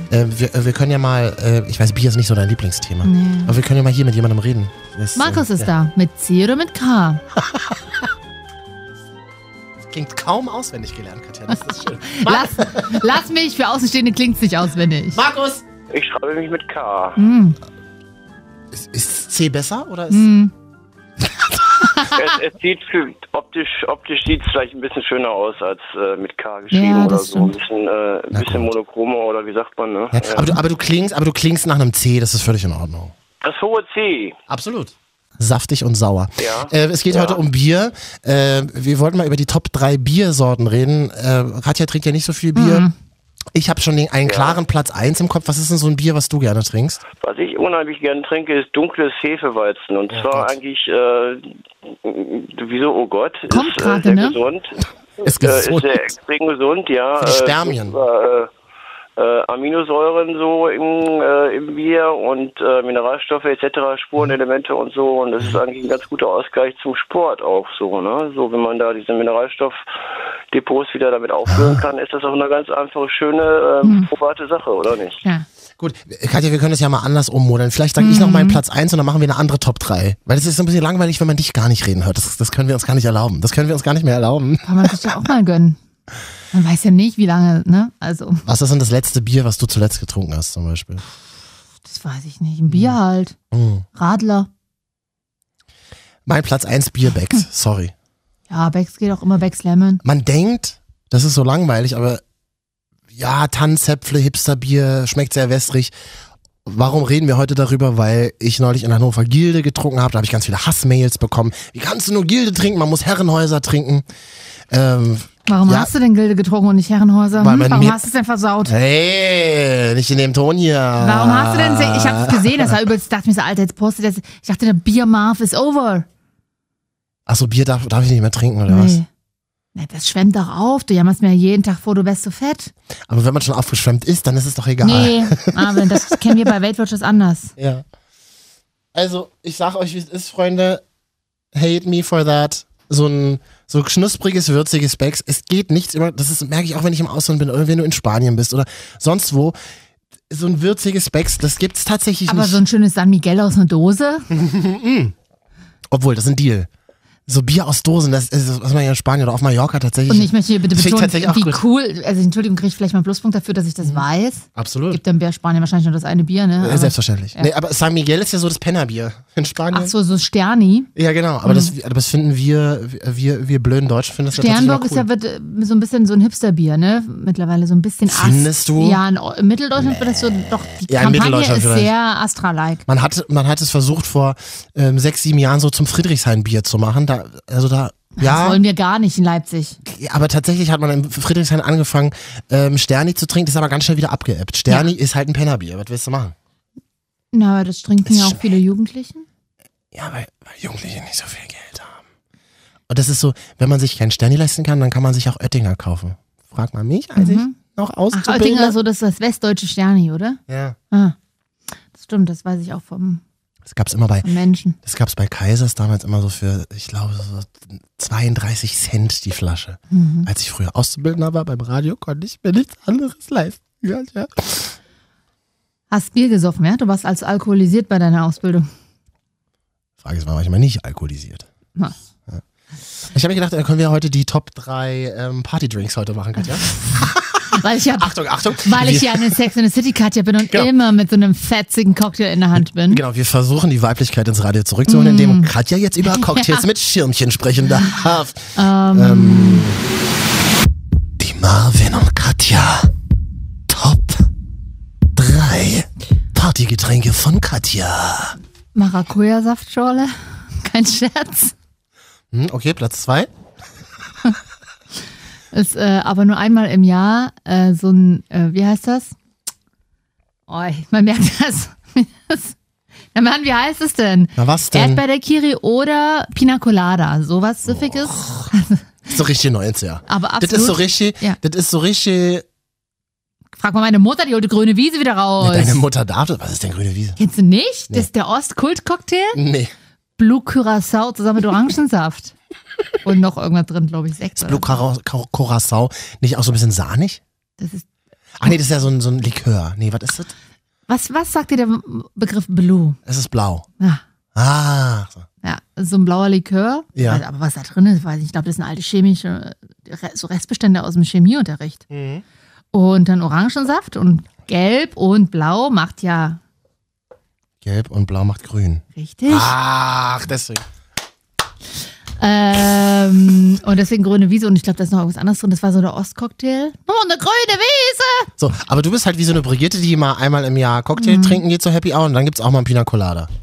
Äh, wir, äh, wir können ja mal, äh, ich weiß, Bier ist nicht so dein Lieblingsthema, Nee. aber wir können ja mal hier mit jemandem reden. Das, Markus äh, ist ja. da. Mit C oder mit K? Klingt kaum auswendig gelernt, Katja. Das ist schön. Lass, lass mich, für Außenstehende klingt es nicht auswendig. Markus! Ich schreibe mich mit K. Mm, Ist, ist C besser oder ist. mm. es, es sieht für, optisch, optisch sieht es vielleicht ein bisschen schöner aus als äh, mit K geschrieben Ja, oder das so. Ein stimmt. bisschen, äh, ein bisschen monochromer oder wie sagt man, ne? Ja, Ja. aber, du, aber, du klingst, aber du klingst nach einem C, das ist völlig in Ordnung. Das hohe C. Absolut. Saftig und sauer. Ja. Äh, es geht Ja. heute um Bier. Äh, wir wollten mal über die Top 3 Biersorten reden. Äh, Katja trinkt ja nicht so viel Bier. Ich habe schon den, einen klaren Platz 1 im Kopf. Was ist denn so ein Bier, was du gerne trinkst? Was ich unheimlich gern trinke, ist dunkles Hefeweizen. Und zwar Gott. eigentlich, äh, wieso, oh Gott, Kommt ist gerade, sehr ne? gesund. Ist Äh, gesund. Ist sehr extrem gesund, ja. Für die Äh, Spermien. super, Äh, äh, Aminosäuren so im, äh, im Bier und äh, Mineralstoffe etc., Spurenelemente und so. Und das ist eigentlich ein ganz guter Ausgleich zum Sport auch so. Ne? So, wenn man da diese Mineralstoffdepots wieder damit auffüllen Ah. kann, ist das auch eine ganz einfache, schöne, äh, Hm. probate Sache, oder nicht? Ja. Gut, Katja, wir können das ja mal anders ummodeln. Vielleicht sage ich noch meinen Platz 1 und dann machen wir eine andere Top 3. Weil es ist so ein bisschen langweilig, wenn man dich gar nicht reden hört. Das, das können wir uns gar nicht erlauben. Das können wir uns gar nicht mehr erlauben. Kann man sich ja auch mal gönnen. Man weiß ja nicht, wie lange, ne? Also, Was ist denn das letzte Bier, was du zuletzt getrunken hast zum Beispiel? Das weiß ich nicht. Ein Bier halt. Radler. Mein Platz 1 Bier Hm. Becks, sorry. Ja, Becks geht auch immer Becks Lemon. Man denkt, das ist so langweilig, aber ja, Tannenzäpfle, Hipsterbier, schmeckt sehr wässrig. Warum reden wir heute darüber? Weil ich neulich in Hannover Gilde getrunken habe, da habe ich ganz viele Hassmails bekommen. Wie kannst du nur Gilde trinken? Man muss Herrenhäuser trinken. Ähm, Warum Ja. hast du denn Gilde getrunken und nicht Herrenhäuser? Weil Hm, man warum mir- hast du es denn versaut? hey, nicht in dem Ton hier. Warum hast du denn. se- Ich hab's gesehen, das war übelst. Ich dachte mir so, Alter, jetzt postet das. Ich dachte, der Biermarf ist over. Achso, Bier darf, darf ich nicht mehr trinken, oder was? Nee. Nee, das schwemmt doch auf. Du jammerst mir jeden Tag vor, du wärst so fett. Aber wenn man schon aufgeschwemmt ist, dann ist es doch egal. Nee, Marvin, das kennen wir bei Weight Watchers anders. Ja. Also, ich sag euch, wie es ist, Freunde. Hate me for that. So ein so knuspriges, würziges Becks. Es geht nichts über. Das ist, merke ich auch, wenn ich im Ausland bin oder wenn du in Spanien bist oder sonst wo. So ein würziges Becks, das gibt's tatsächlich Aber nicht. so ein schönes San Miguel aus einer Dose? Obwohl, das ist ein Deal. So Bier aus Dosen, das ist, was man ja in Spanien oder auf Mallorca tatsächlich. Und ich möchte hier bitte Schick betonen, tatsächlich auch wie gut. cool, also Entschuldigung, kriege ich vielleicht mal einen Pluspunkt dafür, dass ich das weiß. Absolut. Gibt dann Bär Spanien wahrscheinlich nur das eine Bier, ne? Äh, Aber- Selbstverständlich. Ja. Nee, aber San Miguel ist ja so das Pennerbier in Spanien. Ach so, so Sterni. Ja, genau. Aber das, aber das finden wir, wir, wir blöden Deutschen finden das ja Sternburg ist tatsächlich ja noch wird, äh, so ein bisschen so ein Hipsterbier, ne? Mittlerweile so ein bisschen Ast- Findest du? Ja, in, O- in Mitteldeutschland wird das so, doch, die Ja, in Kampagne Mitteldeutschland ist vielleicht. sehr Astra-like. Man hat, man hat es versucht vor ähm, sechs, sieben Jahren so zum Friedrichshain-Bier zu machen. Da, also da, Das ja, wollen wir gar nicht in Leipzig. aber tatsächlich hat man in Friedrichshain angefangen, ähm, Sterni zu trinken, ist aber ganz schnell wieder abgeebbt. Sterni ist halt ein Pennerbier, was willst du machen? Na, aber das trinken Es ja auch schmeckt. viele Jugendlichen. Ja, weil, weil Jugendliche nicht so viel Geld haben. Und das ist so, wenn man sich kein Sterni leisten kann, dann kann man sich auch Oettinger kaufen. Frag mal mich, als ich noch Ach, auszubilden. Mhm. Oettinger, so das ist das westdeutsche Sterni, oder? ja, Ah, das stimmt, das weiß ich auch vom, das gab's immer bei vom Menschen. Das gab's bei Kaisers damals immer so für, ich glaube, so 32 Cent die Flasche. Mhm. Als ich früher Auszubildender war beim Radio, konnte ich mir nichts anderes leisten. Ja, ja. Hast Bier gesoffen, ja? Du warst also alkoholisiert bei deiner Ausbildung. Frage ist, war manchmal nicht alkoholisiert. Na. Ich habe mir gedacht, dann können wir heute die Top 3 ähm, Partydrinks heute machen, Katja. Weil ich ja, Achtung, Achtung. weil ich wir, ja eine Sex in the City Katja bin und Genau. immer mit so einem fetzigen Cocktail in der Hand bin. Genau, wir versuchen die Weiblichkeit ins Radio zurückzuholen, Mhm. indem Katja jetzt über Cocktails mit Schirmchen sprechen darf. Ähm, die Marvin und Katja. Top 3 Partygetränke von Katja. Maracuja-Saftschorle? Kein Scherz. Hm, okay, Platz 2. Ist äh, aber nur einmal im Jahr äh, so ein, äh, wie heißt das? Oh, man merkt das. Na Mann, wie heißt es denn? Na was denn? Erdbeerkiri oder Pina Colada. Sowas Süffiges. Ist so richtig 90er. Aber absolut. Das ist so richtig, Ja. das ist so richtig. Frag mal meine Mutter, die holt die grüne Wiese wieder raus. Deine Mutter darf das. Was ist denn grüne Wiese? Kennst du nicht? Nee. Das ist der Ostkult-Cocktail. Nee. Blue Curacao zusammen mit Orangensaft. Und noch irgendwas drin, glaube ich. Sekt. Ist oder Blue Cora- Cora- Curacao nicht auch so ein bisschen sahnig? Das ist, Ach nee, das ist ja so ein, so ein Likör. Nee, was ist das? was, was sagt dir der Begriff Blue? Es ist blau. Ja, Ah, so. ja so ein blauer Likör. Ja. Also, aber was da drin ist, weiß ich nicht. Ich glaube, das sind alte chemische, Re- so Restbestände aus dem Chemieunterricht. Mhm. Und dann Orangensaft und Gelb und Blau macht ja Gelb und blau macht grün. richtig. Ah. Ach, deswegen. Ähm, und deswegen grüne Wiese. Und ich glaube, da ist noch irgendwas anderes drin. Das war so der Ostcocktail. Oh, eine grüne Wiese! So, aber du bist halt wie so eine Brigitte, die mal einmal im Jahr Cocktail trinken geht zur Happy Hour und dann gibt's auch mal ein Pina Colada. Also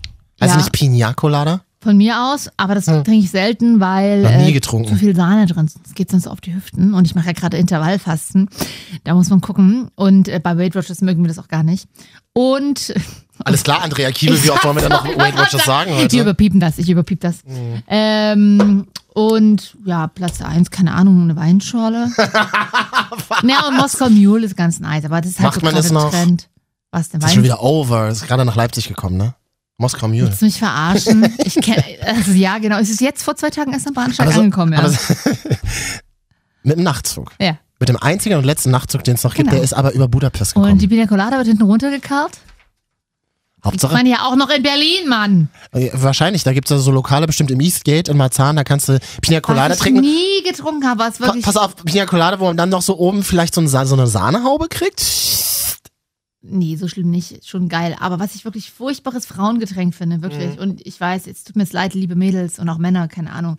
Mhm. Ja. nicht Pina Colada? Von mir aus, aber das trinke ich selten, weil Hm. Noch nie äh, getrunken. zu viel Sahne drin ist. Es geht sonst auf die Hüften. Und ich mache ja gerade Intervallfasten. Da muss man gucken. Und äh, bei Weight Watchers mögen wir das auch gar nicht. Und Alles klar, Andrea Kiebel, wie oft wollen wir denn noch Weight Watchers sagen wir heute? überpiepen das, ich überpiep das. Mhm. Ähm, und ja, Platz eins, keine Ahnung, eine Weinschorle. ja, und Moskau Mule ist ganz nice, aber das ist halt Macht so man gerade das noch? Trend. Was denn Das ist schon Wein? wieder over, ist gerade nach Leipzig gekommen, ne? Moskau Mule. Willst du mich verarschen? Ich kenn, also, ja, genau. Es ist jetzt vor zwei Tagen erst am Bahnsteig Aber so- angekommen. Ja. aber so- mit dem Nachtzug. ja. Mit dem einzigen und letzten Nachtzug, den es noch gibt, Genau. der ist aber über Budapest gekommen. Und die Pina Colada wird hinten runtergekarrt. Ich Hauptsache, meine ja auch noch in Berlin, Mann. äh, wahrscheinlich, da gibt's ja so Lokale bestimmt im Eastgate, in Marzahn, da kannst du Pina Colada Was ich trinken. nie getrunken habe, was Pa wirklich. pass auf, Pina Colada, wo man dann noch so oben vielleicht so, ein Sa so eine Sahnehaube kriegt. Nee, so schlimm nicht. Schon geil. Aber was ich wirklich furchtbares Frauengetränk finde, wirklich. Mhm. Und ich weiß, jetzt tut mir es leid, liebe Mädels und auch Männer, keine Ahnung.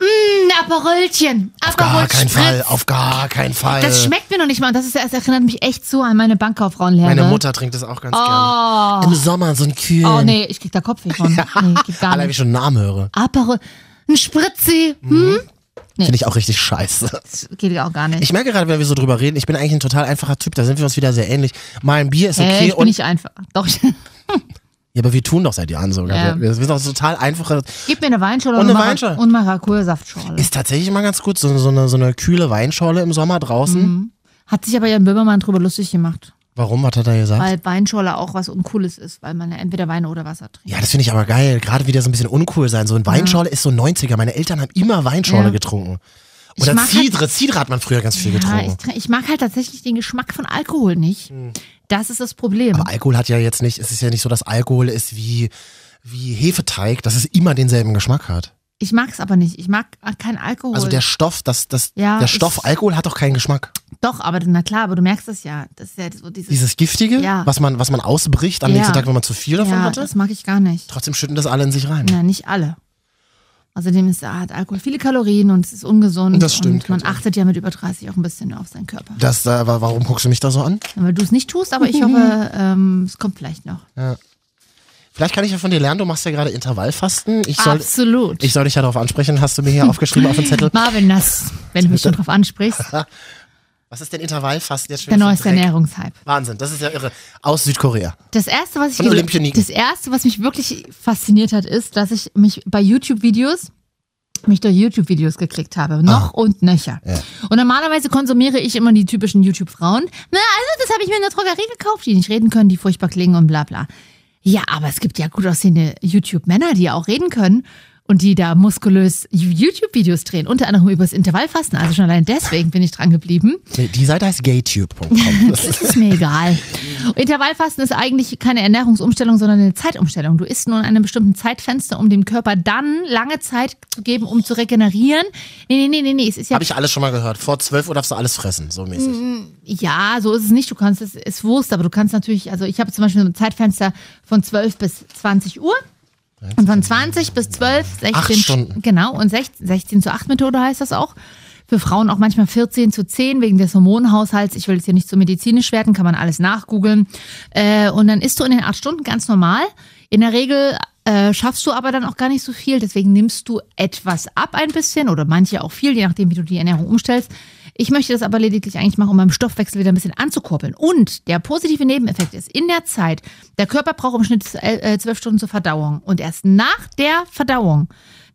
Mh, Aperolchen. Auf gar Aperol keinen Fall, Spritz. auf äh, gar keinen Fall. Das schmeckt mir noch nicht mal. Und Das, ist, das erinnert mich echt so an meine Bankkaufrauenlehre. Meine Mutter trinkt das auch ganz gerne. ne? Oh, Im Sommer so ein Kühl. oh nee, ich krieg da Kopfweh von. Nee, geht gar Allein wie ich nicht. schon einen Namen höre. Aperol. Ein Spritzi. Hm? Finde ich auch richtig scheiße. Das geht auch gar nicht. Ich merke gerade, wenn wir so drüber reden, ich bin eigentlich ein total einfacher Typ, da sind wir uns wieder sehr ähnlich. Mal ein Bier ist okay hey, ich bin und. nicht einfach. Doch, ich, Ja, aber wir tun doch seit Jahren so. Ja. Wir, wir sind auch total einfache. gib mir eine Weinschorle Und und, eine Mara- Weinschorle. und Maracuja-Saftschorle. Ist tatsächlich mal ganz gut, so, so, eine, so eine kühle Weinschorle im Sommer draußen. Mhm. Hat sich aber Jan Böhmermann drüber lustig gemacht, Warum hat er da gesagt? weil Weinschorle auch was Uncooles ist, weil man ja entweder Wein oder Wasser trinkt. ja, das finde ich aber geil. Gerade wieder so ein bisschen uncool sein. So ein Weinschorle ist so 90er. Meine Eltern haben immer Weinschorle Ja. getrunken. Ich Oder mag halt Cidre. Cidre hat man früher ganz viel Ja, ich, getrunken. trin- ich mag halt tatsächlich den Geschmack von Alkohol nicht. Das ist das Problem. Hm. Aber Alkohol hat ja jetzt nicht, es ist ja nicht so, dass Alkohol ist wie, wie Hefeteig, dass es immer denselben Geschmack hat. Ich mag es aber nicht. Ich mag keinen Alkohol. Also der Stoff, das, das, Ja, der ich- Stoff Alkohol hat doch keinen Geschmack. Doch, aber na klar, aber du merkst es ja. Das ist ja so dieses. Dieses Giftige, Ja. was, man, was man ausbricht am Ja. nächsten Tag, wenn man zu viel davon ja, hatte. das mag ich gar nicht. Trotzdem schütten das alle in sich rein. Na, nicht alle. Außerdem ist, ah, hat Alkohol viele Kalorien und es ist ungesund. Das stimmt, Und man ganz ehrlich. achtet ja mit über 30 auch ein bisschen auf seinen Körper. Das, äh, wa- warum guckst du mich da so an? Weil du es nicht tust, aber ich hoffe, ähm, es kommt vielleicht noch. Vielleicht kann ich ja von dir lernen, du machst ja gerade Intervallfasten. Ich soll, Absolut. ich soll dich ja darauf ansprechen, hast du mir hier aufgeschrieben auf den Zettel. Marvin Nass, wenn du mich schon drauf ansprichst, Was ist denn Intervallfasten jetzt schon? der wieder für ein neueste Dreck? Ernährungshype. Wahnsinn, das ist ja irre. Aus Südkorea. Das erste, was ich Von ge- Olympioniken. das erste, was mich wirklich fasziniert hat, ist, dass ich mich bei YouTube-Videos mich durch YouTube-Videos geklickt habe. Noch und nöcher. Und normalerweise konsumiere ich immer die typischen YouTube-Frauen. Na, also, das habe ich mir in der Drogerie gekauft, die nicht reden können, die furchtbar klingen und bla bla. Ja, aber es gibt ja gut aussehende YouTube-Männer, die auch reden können und die da muskulös YouTube-Videos drehen. Unter anderem übers Intervallfasten. Also schon allein deswegen bin ich dran geblieben. Nee, die Seite heißt gaytube.com. Das ist- Das ist mir egal. Intervallfasten ist eigentlich keine Ernährungsumstellung, sondern eine Zeitumstellung. Du isst nur in einem bestimmten Zeitfenster, um dem Körper dann lange Zeit zu geben, um zu regenerieren. Nee, nee, nee, nee, nee. Es ist ja, Habe ich alles schon mal gehört. Vor 12 Uhr darfst du alles fressen, so Mhm. mäßig. ja, so ist es nicht. Du kannst es, es Wurst, aber du kannst natürlich, also ich habe zum Beispiel so ein Zeitfenster von 12 bis 20 Uhr. Und von 20 bis 12, 16. Acht Stunden. Genau, und 16, 16 zu 8 Methode heißt das auch. Für Frauen auch manchmal 14 zu 10 wegen des Hormonhaushalts. Ich will jetzt hier nicht zu medizinisch werden, kann man alles nachgoogeln. Äh, und dann isst du in den 8 Stunden ganz normal. In der Regel äh, schaffst du aber dann auch gar nicht so viel. Deswegen nimmst du etwas ab ein bisschen oder manche auch viel, je nachdem, wie du die Ernährung umstellst. Ich möchte das aber lediglich eigentlich machen, um meinen Stoffwechsel wieder ein bisschen anzukurbeln. Und der positive Nebeneffekt ist, in der Zeit, der Körper braucht im Schnitt äh, äh, zwölf Stunden zur Verdauung. Und erst nach der Verdauung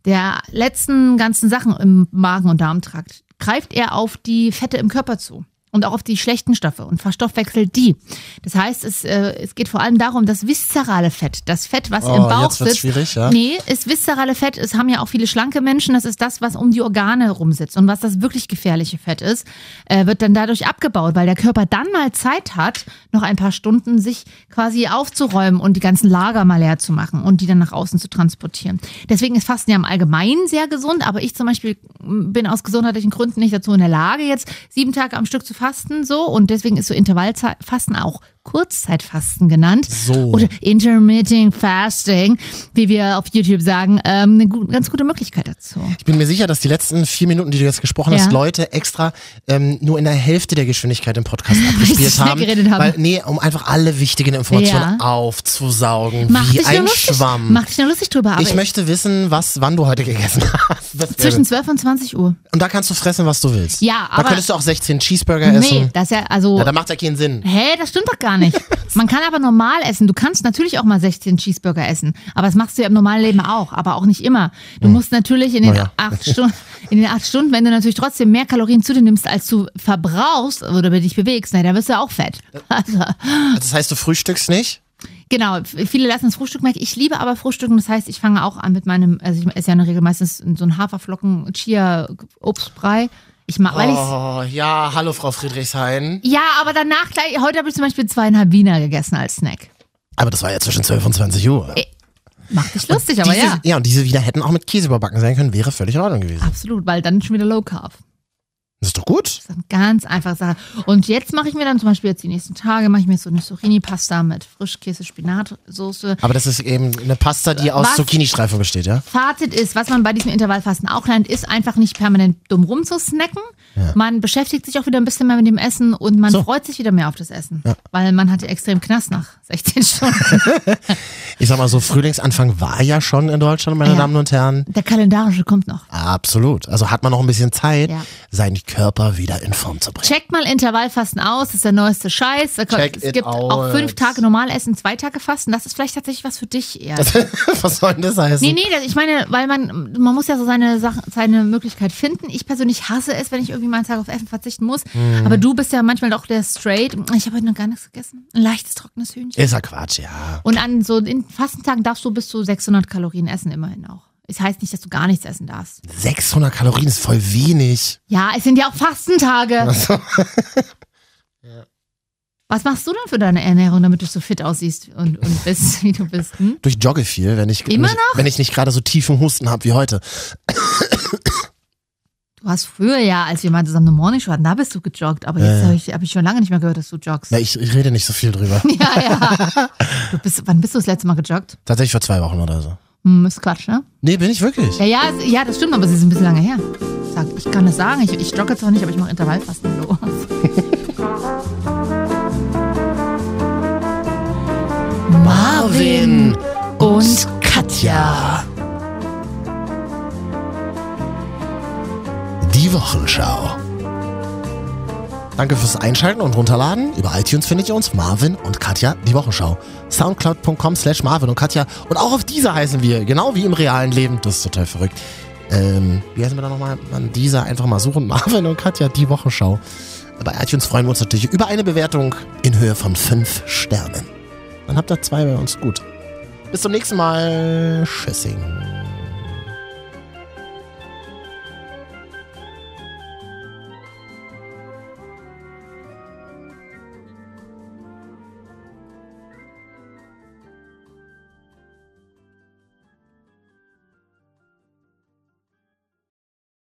der letzten ganzen Sachen im Magen- und Darmtrakt greift er auf die Fette im Körper zu und auch auf die schlechten Stoffe und verstoffwechselt die. Das heißt, es, äh, es geht vor allem darum, das viszerale Fett, das Fett, was Oh, im Bauch jetzt wird's sitzt, schwierig, ja. Nee, ist viszerale Fett. Es haben ja auch viele schlanke Menschen. Das ist das, was um die Organe rumsitzt. Und was das wirklich gefährliche Fett ist, äh, wird dann dadurch abgebaut, weil der Körper dann mal Zeit hat, noch ein paar Stunden sich quasi aufzuräumen und die ganzen Lager mal leer zu machen und die dann nach außen zu transportieren. Deswegen ist Fasten ja im Allgemeinen sehr gesund. Aber ich zum Beispiel m, bin aus gesundheitlichen Gründen nicht dazu in der Lage, jetzt sieben Tage am Stück zu fasten. So. Und deswegen ist so Intervallfasten auch Kurzzeitfasten genannt. So. Oder Intermittent Fasting, wie wir auf YouTube sagen, ähm, eine gu ganz gute Möglichkeit dazu. Ich bin mir sicher, dass die letzten vier Minuten, die du jetzt gesprochen hast, Ja. Leute extra ähm, nur in der Hälfte der Geschwindigkeit im Podcast abgespielt schnell haben. geredet haben. Weil, nee, um einfach alle wichtigen Informationen Ja. aufzusaugen, Mach wie dich, nur ein lustig, Schwamm. mach dich nur lustig drüber, aber ich möchte wissen, was, wann du heute gegessen hast. Das wäre- zwischen 12 und 20 Uhr. und da kannst du fressen, was du willst. Ja, Da aber- könntest du auch 16 Cheeseburger Nee, essen. das ist ja, also, Ja, da macht ja keinen Sinn. hä, das stimmt doch gar nicht. Man kann aber normal essen. Du kannst natürlich auch mal 16 Cheeseburger essen, aber das machst du ja im normalen Leben auch, aber auch nicht immer. Du musst natürlich in den, Na Hm. Oh ja. acht Stunden, in den acht Stunden, wenn du natürlich trotzdem mehr Kalorien zu dir nimmst, als du verbrauchst oder dich bewegst, na, dann wirst du ja auch fett. Also, Das heißt, du frühstückst nicht? Genau, f- viele lassen das Frühstück weg. Ich liebe aber Frühstücken, das heißt, ich fange auch an mit meinem, also ich esse ja in der Regel meistens so einen Haferflocken, Chia, Obstbrei. Ich mag, weil ich Oh, ja, hallo Frau Friedrichshain. ja, aber danach gleich, heute habe ich zum Beispiel zweieinhalb Wiener gegessen als Snack. Aber das war ja zwischen 12 und 20 Uhr. Macht dich lustig, aber diese, ja. ja, und diese wieder hätten auch mit Käse überbacken sein können, wäre völlig in Ordnung gewesen. Absolut, weil dann schon wieder Low Carb. Das ist doch gut. Das ist eine ganz einfache Sache. Und jetzt mache ich mir dann zum Beispiel jetzt die nächsten Tage, mache ich mir so eine Zucchini-Pasta mit Frischkäse, Spinatsoße. Aber das ist eben eine Pasta, die aus Was? Zucchini-Streifen besteht, ja? Fazit ist, was man bei diesem Intervallfasten auch lernt, ist einfach nicht permanent dumm rumzusnacken. Man beschäftigt sich auch wieder ein bisschen mehr mit dem Essen und man So. freut sich wieder mehr auf das Essen, weil man hatte extrem Knast nach 16 Stunden. Ich sag mal so, Frühlingsanfang war ja schon in Deutschland, meine Ja. Damen und Herren. Der kalendarische kommt noch. Absolut. Also hat man noch ein bisschen Zeit, Ja. seinen Körper wieder in Form zu bringen. Checkt mal Intervallfasten aus, das ist der neueste Scheiß. Da kann- Check es it gibt out. auch fünf Tage normal essen, zwei Tage fasten. Das ist vielleicht tatsächlich was für dich eher. Was soll denn das heißen? Nee, nee, das- ich meine, weil man, man muss ja so seine Sache, seine Möglichkeit finden. Ich persönlich hasse es, wenn ich irgendwie mal einen Tag auf Essen verzichten muss. Aber du bist ja manchmal auch der straight. Ich habe heute noch gar nichts gegessen. Ein leichtes, trockenes Hühnchen. Ist ja Quatsch, ja. Und an so in Fastentagen darfst du bis zu 600 Kalorien essen, immerhin auch. Es heißt nicht, dass du gar nichts essen darfst. 600 Kalorien ist voll wenig. Ja, es sind ja auch Fastentage. Also, Was machst du denn für deine Ernährung, damit du so fit aussiehst und, und bist, wie du bist? Hm? durch Jogge viel, wenn ich Immer nicht, wenn ich nicht gerade so tiefen Husten habe wie heute. Du hast früher ja, als wir mal zusammen eine Morning Show hatten, da bist du gejoggt. Aber jetzt habe ich, hab ich schon lange nicht mehr gehört, dass du joggst. Na, ich, ich rede nicht so viel drüber. Ja, ja. Du bist, wann bist du das letzte Mal gejoggt? Tatsächlich vor zwei Wochen oder so. Hm, ist Quatsch, ne? Nee, bin ich wirklich. Ja, ja, es- ja, das stimmt, aber es ist ein bisschen lange her. Sag, ich kann das sagen. Ich, ich jogge zwar nicht, aber ich mache Intervallfasten. hallo. Marvin und Katja. Die Wochenschau. Danke fürs Einschalten und Runterladen. Über iTunes findet ihr uns Marvin und Katja, die Wochenschau. Soundcloud.com slash Marvin und Katja. Und auch auf dieser heißen wir, genau wie im realen Leben. Das ist total verrückt. Ähm, wie heißen wir da nochmal? An dieser einfach mal suchen. Marvin und Katja, die Wochenschau. Bei iTunes freuen wir uns natürlich über eine Bewertung in Höhe von fünf Sternen. Dann habt ihr zwei bei uns gut. Bis zum nächsten Mal. Tschüssing.